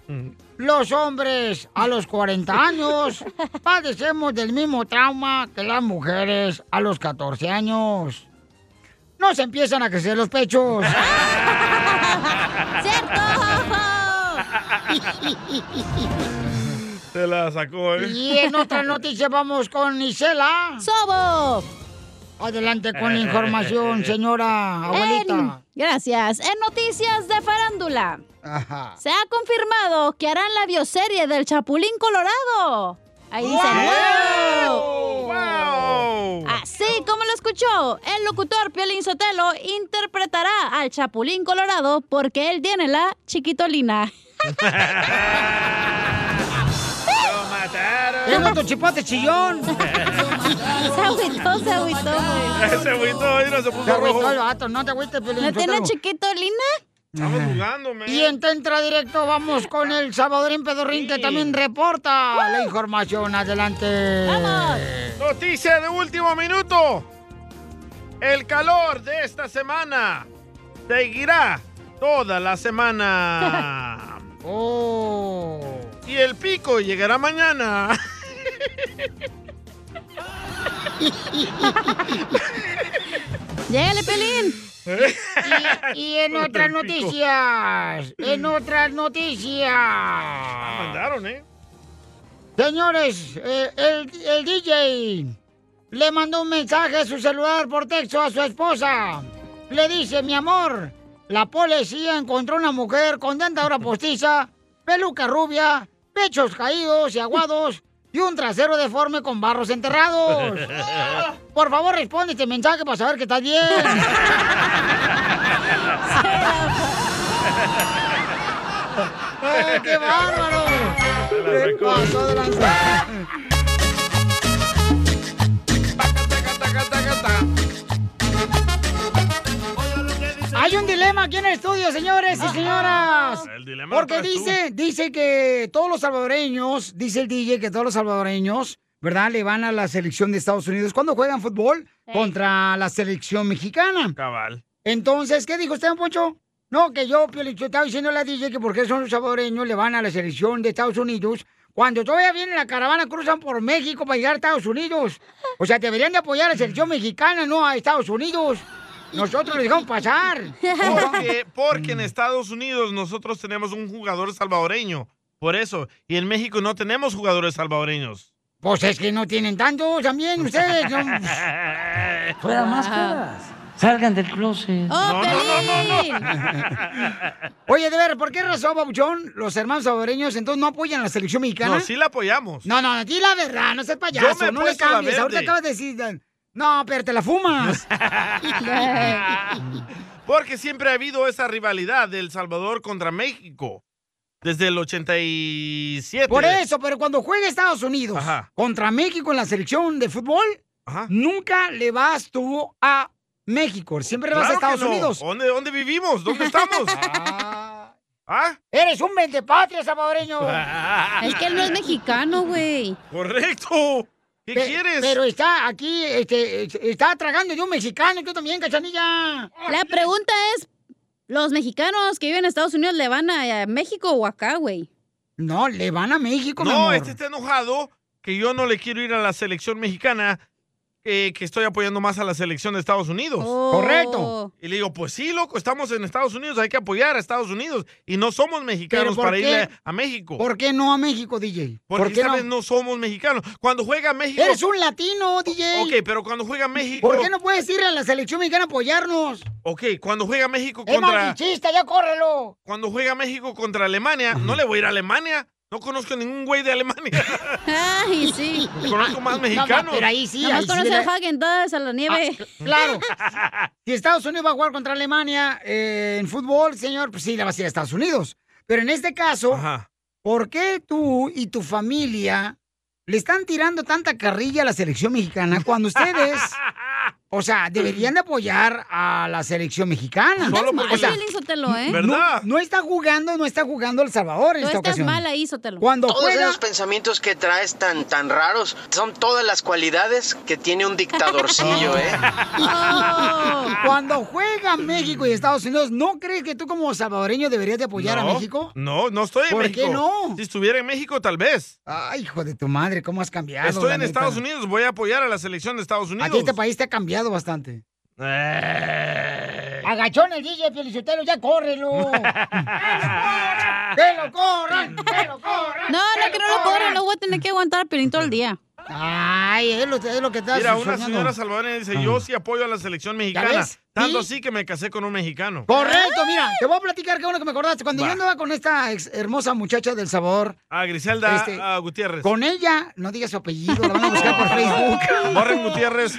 [SPEAKER 3] Los hombres a los 40 años padecemos del mismo trauma que las mujeres a los 14 años. Nos empiezan a crecer los pechos.
[SPEAKER 4] Te la sacó, ¿eh?
[SPEAKER 3] Y en otra noticia vamos con Isela. ¡Sobo! Adelante con
[SPEAKER 4] Eh.
[SPEAKER 3] la información, señora abuelita.
[SPEAKER 5] En- gracias. En noticias de farándula.
[SPEAKER 3] Ajá.
[SPEAKER 5] Se ha confirmado que harán la bioserie del Chapulín Colorado. Ahí dicen, ¡Wow! Así como lo escuchó, el locutor Piolín Sotelo interpretará al Chapulín Colorado porque él tiene la chiquitolina.
[SPEAKER 3] ¡Tengo tu chipote chillón!
[SPEAKER 5] Se agüitó, se agüitó, güey.
[SPEAKER 4] Se agüitó, ahí no se puso
[SPEAKER 3] Te agüitó
[SPEAKER 4] rojo.
[SPEAKER 3] el vato, no te agüites, Piolín.
[SPEAKER 5] ¿No tiene
[SPEAKER 3] Sotelo.
[SPEAKER 4] Estamos jugando, man.
[SPEAKER 3] Y en Tentra Directo vamos con el Salvadorín Pedorrín que también reporta la información. Adelante.
[SPEAKER 4] Noticia de último minuto. El calor de esta semana seguirá toda la semana.
[SPEAKER 3] oh.
[SPEAKER 4] Y el pico llegará mañana.
[SPEAKER 5] Llegale, Pelín.
[SPEAKER 3] Y, y en otras noticias, en otras noticias. mandaron,
[SPEAKER 4] ¿eh?
[SPEAKER 3] Señores, eh, el, el DJ le mandó un mensaje a su celular por texto a su esposa. Le dice, mi amor, la policía encontró una mujer con dentadura postiza, peluca rubia, pechos caídos y aguados y un trasero deforme con barros enterrados. Por favor, responde este mensaje para saber que estás bien. ¡Ay, qué bárbaro! Se pasó de lanza. Hay un dilema aquí en el estudio, señores y señoras.
[SPEAKER 4] El dilema lo
[SPEAKER 3] Porque
[SPEAKER 4] traes tú.
[SPEAKER 3] dice, dice que todos los salvadoreños, dice el DJ que todos los salvadoreños, ¿verdad? Le van a la selección de Estados Unidos cuando juegan fútbol contra la selección mexicana.
[SPEAKER 4] Cabal.
[SPEAKER 3] Entonces, ¿qué dijo usted, don Poncho? No, que yo, Piolín, yo estaba diciendo a la DJ que porque son los salvadoreños, le van a la selección de Estados Unidos Cuando todavía viene la caravana, cruzan por México para llegar a Estados Unidos. O sea, deberían de apoyar a la selección mexicana, no a Estados Unidos. Nosotros les dejamos pasar.
[SPEAKER 4] Porque, porque en Estados Unidos nosotros tenemos un jugador salvadoreño. Por eso. Y en México no tenemos jugadores salvadoreños.
[SPEAKER 3] Pues es que no tienen tantos también ustedes. No,
[SPEAKER 17] Fuera máscaras. Salgan del closet.
[SPEAKER 3] ¡Oh, Oye, de ver, ¿por qué razón, Babuchón, los hermanos salvadoreños entonces no apoyan a la selección mexicana?
[SPEAKER 4] No, sí la apoyamos.
[SPEAKER 3] No, no, di la verdad, no seas payaso,
[SPEAKER 4] Yo me he
[SPEAKER 3] no le
[SPEAKER 4] puesto la
[SPEAKER 3] cambies.
[SPEAKER 4] verde.
[SPEAKER 3] Ahorita acabas de decir. No, pero te la fumas.
[SPEAKER 4] Porque siempre ha habido esa rivalidad de El Salvador contra México. Desde el 87.
[SPEAKER 3] Por eso, pero cuando juega Estados Unidos contra México en la selección de fútbol, nunca le vas tú a México, siempre le vas
[SPEAKER 4] Claro
[SPEAKER 3] a
[SPEAKER 4] que
[SPEAKER 3] Estados
[SPEAKER 4] no.
[SPEAKER 3] Unidos.
[SPEAKER 4] ¿Dónde, dónde vivimos? ¿Dónde estamos? ¿Ah?
[SPEAKER 3] Eres un patria salvadoreño.
[SPEAKER 5] Es que él no es mexicano, güey.
[SPEAKER 4] Correcto. ¿Qué
[SPEAKER 3] quieres? Pero está aquí, este, este, está tragando de un mexicano, tú también, cachanilla.
[SPEAKER 5] La pregunta es, ¿los mexicanos que viven en Estados Unidos le van a, a México o acá, güey?
[SPEAKER 3] No, le van a México, mi
[SPEAKER 4] No,
[SPEAKER 3] amor.
[SPEAKER 4] este está enojado que yo no le quiero ir a la selección mexicana, eh, que estoy apoyando más a la selección de Estados Unidos.
[SPEAKER 3] Oh. Correcto.
[SPEAKER 4] Y le digo, pues sí, loco, estamos en Estados Unidos, hay que apoyar a Estados Unidos. Y no somos mexicanos
[SPEAKER 3] ¿Pero por
[SPEAKER 4] para
[SPEAKER 3] qué?
[SPEAKER 4] irle a México.
[SPEAKER 3] ¿Por qué no a México, DJ?
[SPEAKER 4] Porque
[SPEAKER 3] ¿Por qué
[SPEAKER 4] esta vez no somos mexicanos. Cuando juega México...
[SPEAKER 3] Eres un latino, DJ.
[SPEAKER 4] Ok, pero cuando juega México...
[SPEAKER 3] ¿Por qué no puedes ir a la selección mexicana a apoyarnos?
[SPEAKER 4] Ok, cuando juega México
[SPEAKER 3] Es
[SPEAKER 4] contra...
[SPEAKER 3] malinchista, ya córrelo.
[SPEAKER 4] Cuando juega México contra Alemania, no le voy a ir a Alemania. No conozco ningún güey de Alemania.
[SPEAKER 5] Ay, sí.
[SPEAKER 4] Conozco Pues más mexicanos.
[SPEAKER 3] No, pero ahí sí,
[SPEAKER 5] Nomás
[SPEAKER 3] ahí sí
[SPEAKER 5] conoce
[SPEAKER 3] le-
[SPEAKER 5] a Hagen Dazs, a la nieve.
[SPEAKER 3] Ah, claro. Si Estados Unidos va a jugar contra Alemania eh, en fútbol, señor, pues sí, la vas a ir a Estados Unidos. Pero en este caso, ¿por qué tú y tu familia le están tirando tanta carrilla a la selección mexicana cuando ustedes, o sea, deberían de apoyar a la selección mexicana?
[SPEAKER 5] Estás mal,
[SPEAKER 3] O sea,
[SPEAKER 5] Piolín Sotelo, ¿eh?
[SPEAKER 3] No, no está jugando, no está jugando El Salvador en
[SPEAKER 5] Tú
[SPEAKER 3] esta
[SPEAKER 5] estás
[SPEAKER 3] ocasión.
[SPEAKER 5] mal ahí, Sotelo.
[SPEAKER 3] Cuando
[SPEAKER 19] Todos
[SPEAKER 3] juega...
[SPEAKER 19] esos pensamientos que traes tan, tan raros son todas las cualidades que tiene un dictadorcillo, ¿eh?
[SPEAKER 3] Cuando juega México y Estados Unidos, ¿no crees que tú como salvadoreño deberías de apoyar
[SPEAKER 4] No,
[SPEAKER 3] a México?
[SPEAKER 4] No, no estoy en
[SPEAKER 3] ¿Por
[SPEAKER 4] México.
[SPEAKER 3] qué no?
[SPEAKER 4] Si estuviera en México, tal vez.
[SPEAKER 3] Ay, hijo de tu madre, ¿cómo has cambiado?
[SPEAKER 4] Estoy
[SPEAKER 3] la
[SPEAKER 4] en
[SPEAKER 3] neta?
[SPEAKER 4] Estados Unidos, voy a apoyar a la selección de Estados Unidos.
[SPEAKER 3] Aquí este país te ha cambiado bastante.
[SPEAKER 4] Eh.
[SPEAKER 3] Agachón el DJ Felicitero, ya córrelo. ¡Que Ah. lo corran! ¡Que lo corran!
[SPEAKER 5] No, no, que no lo corran, no voy a tener que aguantar Piolín todo el día.
[SPEAKER 3] Ay, es lo, es lo que estás
[SPEAKER 4] Mira, una
[SPEAKER 3] soñando.
[SPEAKER 4] señora salvadoreña dice, yo sí apoyo a la selección mexicana.
[SPEAKER 3] ves?
[SPEAKER 4] Tanto
[SPEAKER 3] ¿Sí?
[SPEAKER 4] así que me casé con un mexicano.
[SPEAKER 3] Correcto, mira, te voy a platicar que bueno que me acordaste. Cuando yo andaba con esta ex- hermosa muchacha del sabor,
[SPEAKER 4] A Ah, Griselda
[SPEAKER 3] Este,
[SPEAKER 4] a Gutiérrez.
[SPEAKER 3] con ella, no digas su apellido, la van a buscar por Facebook.
[SPEAKER 4] Borren Gutiérrez.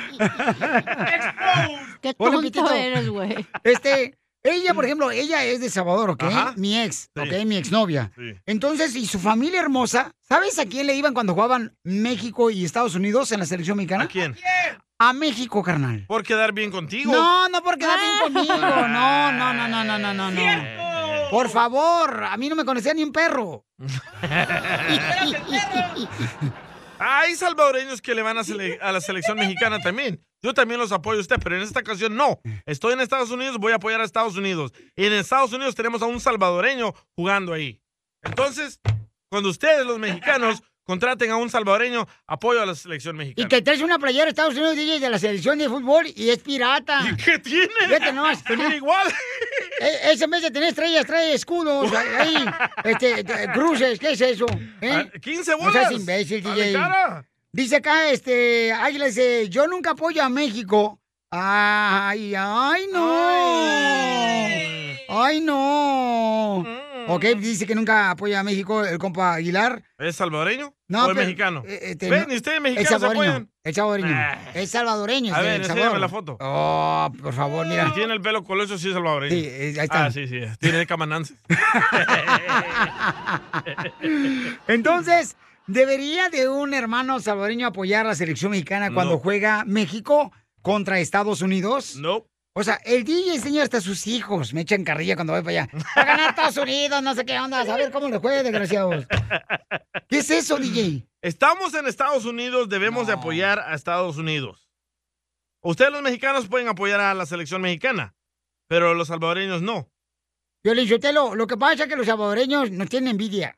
[SPEAKER 5] Qué
[SPEAKER 3] Hola,
[SPEAKER 5] tonto
[SPEAKER 3] Pitito.
[SPEAKER 5] eres, güey. Mm.
[SPEAKER 3] Este, ella, por ejemplo, ella es de Salvador, ¿ok?
[SPEAKER 5] Ajá.
[SPEAKER 3] Mi ex,
[SPEAKER 5] Sí.
[SPEAKER 3] ¿ok? Mi exnovia.
[SPEAKER 5] Sí.
[SPEAKER 3] Entonces, y su familia hermosa, ¿sabes a quién le iban cuando jugaban México y Estados Unidos en la selección mexicana? ¿A
[SPEAKER 4] quién?
[SPEAKER 3] A México, carnal.
[SPEAKER 4] Por quedar bien contigo.
[SPEAKER 3] No, no por quedar bien conmigo. No, no, no, no, no, no, no. no. Por favor, a mí no me conocía ni un perro.
[SPEAKER 4] Hay salvadoreños que le van a, sele- a la selección mexicana también. Yo también los apoyo a usted, pero en esta ocasión no. Estoy en Estados Unidos, voy a apoyar a Estados Unidos. Y en Estados Unidos tenemos a un salvadoreño jugando ahí. Entonces, cuando ustedes, los mexicanos, contraten a un salvadoreño, apoyo a la selección
[SPEAKER 3] Y
[SPEAKER 4] mexicana.
[SPEAKER 3] que traes una playera de Estados Unidos DJ de la selección de fútbol y es pirata. ¿Y
[SPEAKER 4] qué tiene?
[SPEAKER 3] Vete nomás. E,
[SPEAKER 4] Se mira igual.
[SPEAKER 3] ese mes de tener estrellas, trae escudos, ahí, este, eh, cruces, ¿qué es eso? ¿Eh?
[SPEAKER 4] Ah, 15
[SPEAKER 3] No seas
[SPEAKER 4] bolas.
[SPEAKER 3] imbécil,
[SPEAKER 4] A la
[SPEAKER 3] DJ.
[SPEAKER 4] cara.
[SPEAKER 3] Dice acá, este, Águila dice, yo nunca apoyo a México. Ay, ay, no. Ay, no.
[SPEAKER 4] Mm.
[SPEAKER 3] Ok, dice que nunca apoya a México el compa Aguilar.
[SPEAKER 4] ¿Es salvadoreño
[SPEAKER 3] No,
[SPEAKER 4] o es
[SPEAKER 3] pero,
[SPEAKER 4] mexicano?
[SPEAKER 3] eh, este,
[SPEAKER 4] Ven,
[SPEAKER 3] no,
[SPEAKER 4] y ustedes
[SPEAKER 3] es
[SPEAKER 4] mexicanos
[SPEAKER 3] salvadoreño,
[SPEAKER 4] apoyan.
[SPEAKER 3] Es salvadoreño.
[SPEAKER 4] Ah.
[SPEAKER 3] Es salvadoreño.
[SPEAKER 4] A
[SPEAKER 3] es de
[SPEAKER 4] ver,
[SPEAKER 3] El
[SPEAKER 4] enséñame
[SPEAKER 3] Salvador.
[SPEAKER 4] la foto.
[SPEAKER 3] Oh, por favor, mira.
[SPEAKER 4] Y tiene el pelo coloso, sí es salvadoreño.
[SPEAKER 3] Sí, eh, ahí está.
[SPEAKER 4] Ah, sí, sí. Tiene camanance.
[SPEAKER 3] Entonces, ¿debería de un hermano salvadoreño apoyar a la selección mexicana cuando
[SPEAKER 4] No.
[SPEAKER 3] juega México contra Estados Unidos?
[SPEAKER 4] No.
[SPEAKER 3] O sea, el DJ, señor, hasta sus hijos me echan carrilla cuando voy para allá. Va a ganar Estados Unidos, no sé qué onda, a ver cómo le juegue, desgraciados. ¿Qué es eso, DJ?
[SPEAKER 4] Estamos en Estados Unidos, debemos de apoyar a Estados Unidos. Ustedes los mexicanos pueden apoyar a la selección mexicana, pero los salvadoreños no.
[SPEAKER 3] Yo le lo que pasa es que los salvadoreños nos tienen envidia.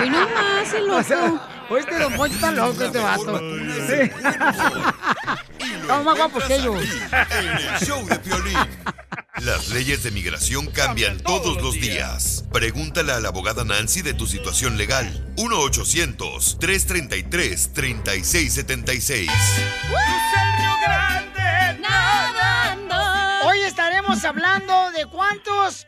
[SPEAKER 3] Hoy no más, el loco. Hoy este Don Poncho está loco, este vato. Sí. Estamos más guapos que ellos.
[SPEAKER 6] Las leyes de migración cambian todos los días. Pregúntale a la abogada Nancy de tu situación legal. 1-800-333-3676.
[SPEAKER 3] Hoy estaremos hablando de cuántos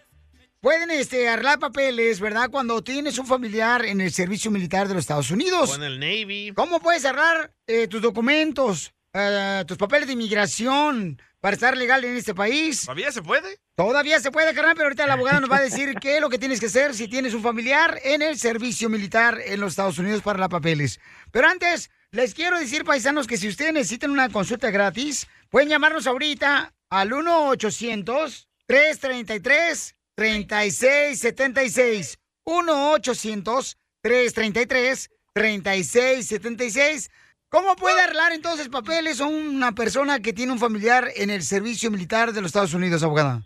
[SPEAKER 3] pueden este, arreglar papeles, ¿verdad? Cuando tienes un familiar en el servicio militar de los Estados Unidos.
[SPEAKER 4] Con el Navy.
[SPEAKER 3] ¿Cómo puedes arreglar eh, tus documentos, eh, tus papeles de inmigración para estar legal en este país?
[SPEAKER 4] ¿Todavía se puede?
[SPEAKER 3] Todavía se puede, carnal, pero ahorita la abogada nos va a decir qué es lo que tienes que hacer si tienes un familiar en el servicio militar en los Estados Unidos para la papeles. Pero antes, les quiero decir, paisanos, que si ustedes necesitan una consulta gratis, pueden llamarnos ahorita al 1-800-333-3676. 1-800-333-3676. ¿Cómo puede arreglar entonces papeles a una persona que tiene un familiar en el servicio militar de los Estados Unidos, abogada?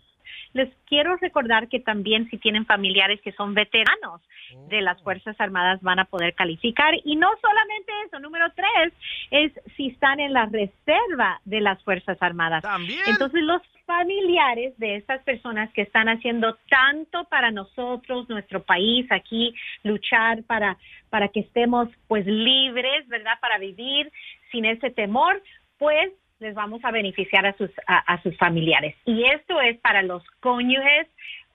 [SPEAKER 24] Les quiero recordar que también si tienen familiares que son veteranos de las Fuerzas Armadas van a poder calificar. Y no solamente eso, número tres es si están en la reserva de las Fuerzas Armadas. Entonces los familiares de estas personas que están haciendo tanto para nosotros, nuestro país, aquí, luchar para, para que estemos pues libres, ¿verdad? Para vivir sin ese temor, pues les vamos a beneficiar a sus, a, a sus familiares. Y esto es para los cónyuges,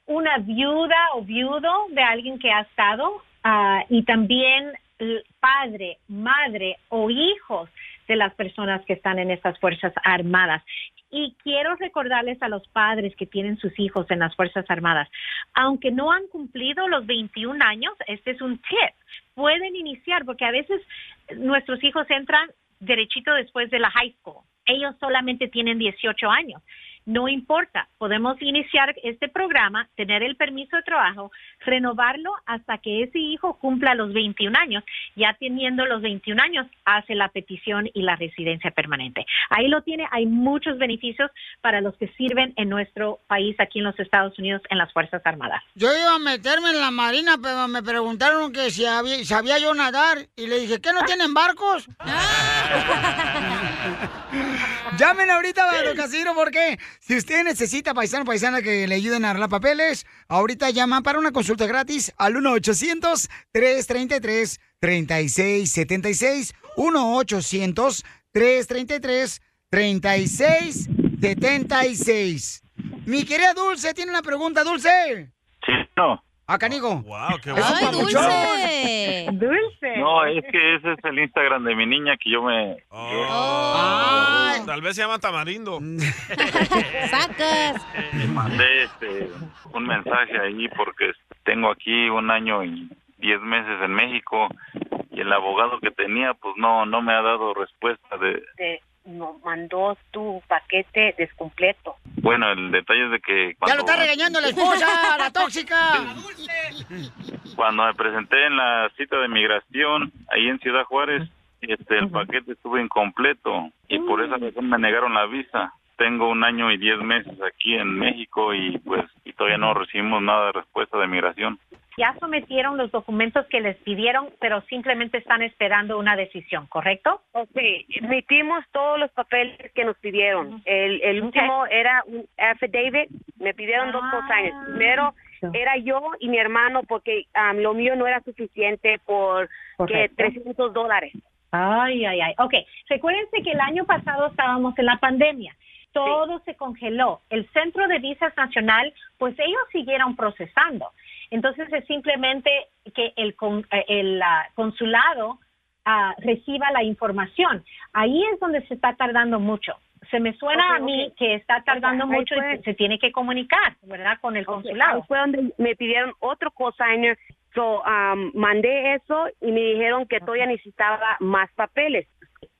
[SPEAKER 24] una viuda o viudo de alguien que ha estado ah, y también l- padre, madre o hijos de las personas que están en estas Fuerzas Armadas. Y quiero recordarles a los padres que tienen sus hijos en las Fuerzas Armadas, aunque no han cumplido los 21 años, este es un tip, pueden iniciar porque a veces nuestros hijos entran derechito después de la high school. Ellos solamente tienen 18 años. No importa, podemos iniciar este programa, tener el permiso de trabajo, renovarlo hasta que ese hijo cumpla los 21 años. Ya teniendo los 21 años, hace la petición y la residencia permanente. Ahí lo tiene, hay muchos beneficios para los que sirven en nuestro país, aquí en los Estados Unidos, en las Fuerzas Armadas.
[SPEAKER 3] Yo iba a meterme en la marina, pero me preguntaron que si había- sabía yo nadar y le dije, ¿qué no tienen barcos? Llamen ahorita a Don Casimiro porque si usted necesita paisano paisana que le ayuden a arreglar papeles, ahorita llama para una consulta gratis al 1-800-333-3676. 1-800-333-3676. Mi querida Dulce tiene una pregunta, Dulce.
[SPEAKER 8] Sí, no.
[SPEAKER 3] A Canigo.
[SPEAKER 4] Oh, Wow, qué
[SPEAKER 3] Es un papuchón.
[SPEAKER 24] Dulce.
[SPEAKER 8] No, es que ese es el Instagram de mi niña que yo Ah, me...
[SPEAKER 4] Oh. Tal vez se llama Tamarindo.
[SPEAKER 5] ¡Sacas!
[SPEAKER 8] Le mandé este, un mensaje ahí porque tengo aquí un año y diez meses en México y el abogado que tenía pues no no me ha dado respuesta de
[SPEAKER 24] Te eh, nos mandó tu paquete descompleto.
[SPEAKER 8] bueno el detalle es de que
[SPEAKER 3] Ya lo
[SPEAKER 8] cuando,
[SPEAKER 3] está regañando la esposa, la tóxica.
[SPEAKER 8] cuando me presenté en la cita de migración ahí en Ciudad Juárez este el paquete estuvo incompleto y por esa razón me negaron la visa tengo un año y diez meses aquí en México y pues y todavía no recibimos nada de respuesta de migración
[SPEAKER 24] Ya sometieron los documentos que les pidieron, pero simplemente están esperando una decisión, ¿correcto?
[SPEAKER 20] Sí, emitimos todos los papeles que nos pidieron. El, el último era un affidavit. Me pidieron
[SPEAKER 24] Ah.
[SPEAKER 20] dos cosas. Primero era yo y mi hermano porque am, lo mío no era suficiente por que 300
[SPEAKER 24] Correcto.
[SPEAKER 20] dólares.
[SPEAKER 24] Ay, ay, ay. Ok, recuérdense que el año pasado estábamos en la pandemia. Todo se congeló. El Centro de Visas Nacional, pues ellos siguieron procesando. Entonces es simplemente que el, con- eh, el ah, consulado ah, reciba la información. Ahí es donde se está tardando mucho. Se me suena
[SPEAKER 20] Ok,
[SPEAKER 24] a mí
[SPEAKER 20] ok.
[SPEAKER 24] que está tardando
[SPEAKER 20] ahí
[SPEAKER 24] mucho y
[SPEAKER 20] fue.
[SPEAKER 24] se- se tiene que comunicar, ¿verdad? Con el consulado.
[SPEAKER 20] Ahí fue donde me pidieron otro cosigner. So, am, mandé eso y me dijeron que todavía necesitaba más papeles.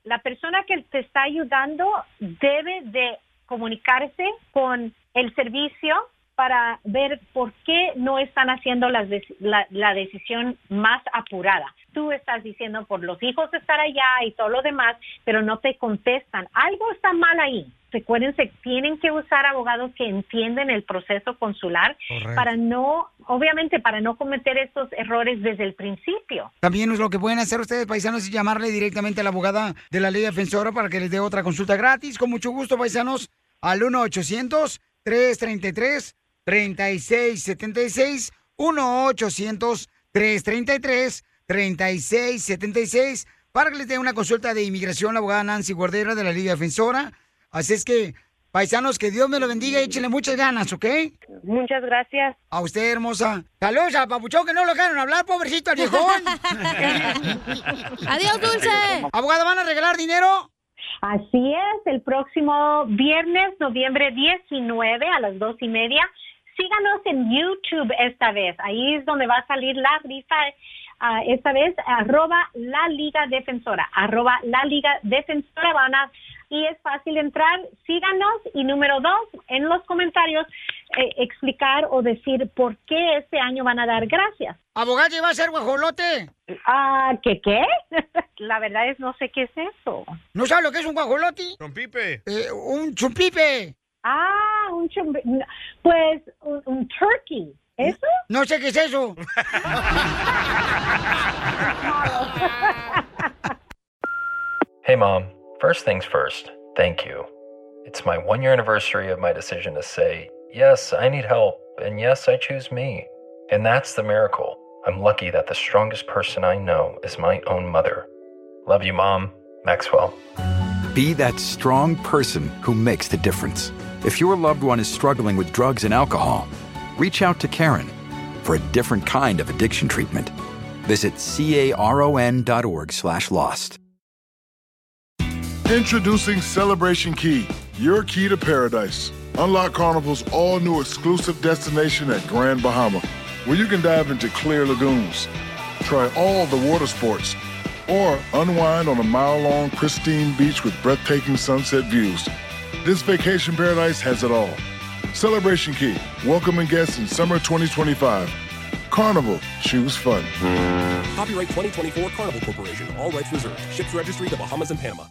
[SPEAKER 24] la persona que te está ayudando debe de comunicarse con el servicio para ver por qué no están haciendo las dec- la, la decisión más apurada. Tú estás diciendo por los hijos estar allá y todo lo demás, pero no te contestan. Algo está mal ahí. Recuérdense, tienen que usar abogados que entienden el proceso consular
[SPEAKER 3] Correcto.
[SPEAKER 24] para no, obviamente, para no cometer estos errores desde el principio.
[SPEAKER 3] También lo que pueden hacer ustedes, paisanos, es llamarle directamente a la abogada de la ley defensora para que les dé otra consulta gratis. Con mucho gusto, paisanos, al 1-800-333-3676. 1-800-333-3676 para que les dé una consulta de inmigración la abogada Nancy Guardera de la ley defensora. Así es que, paisanos, que Dios me lo bendiga y échenle muchas ganas, ¿ok?
[SPEAKER 20] Muchas gracias.
[SPEAKER 3] A usted, hermosa. Saludos a Papuchón, que no lo dejaron hablar, pobrecito al viejón.
[SPEAKER 24] Adiós, Dulce.
[SPEAKER 3] Abogada, ¿van a regalar dinero?
[SPEAKER 24] Así es, el próximo viernes, noviembre 19 a las dos y media. Síganos en YouTube esta vez. Ahí es donde va a salir la rifa. ah, esta vez, arroba la Liga Defensora. Arroba la Liga Defensora. Van a, y es fácil entrar. Síganos. Y número dos, en los comentarios, eh, explicar o decir por qué este año van a dar gracias.
[SPEAKER 3] Abogada, ¿y va a ser guajolote?
[SPEAKER 24] Ah, ¿qué qué? La verdad es no sé qué es eso.
[SPEAKER 3] ¿No sabes lo que es un Eh, guajoloti?
[SPEAKER 4] Chompipe.
[SPEAKER 3] un chumpipe.
[SPEAKER 24] Ah, un chumpipe. Pues un, un turkey. ¿Eso?
[SPEAKER 3] No sé qué es eso.
[SPEAKER 23] Hey, Mom. First things first, thank you. It's my one year anniversary of my decision to say, yes, I need help, and yes, I choose me. And that's the miracle. I'm lucky that the strongest person I know is my own mother. Love you, Mom. Maxwell.
[SPEAKER 7] Be that strong person who makes the difference. If your loved one is struggling with drugs and alcohol, reach out to Karen for a different kind of addiction treatment. Visit caron.org slash lost.
[SPEAKER 10] Introducing Celebration Key, your key to paradise. Unlock Carnival's all new exclusive destination at Grand Bahama, where you can dive into clear lagoons, try all the water sports, or unwind on a mile long, pristine beach with breathtaking sunset views. This vacation paradise has it all. Celebration Key, welcoming guests in summer 2025. Carnival, choose fun.
[SPEAKER 22] Copyright 2024 Carnival Corporation. All rights reserved. Ships registry: The Bahamas and Panama.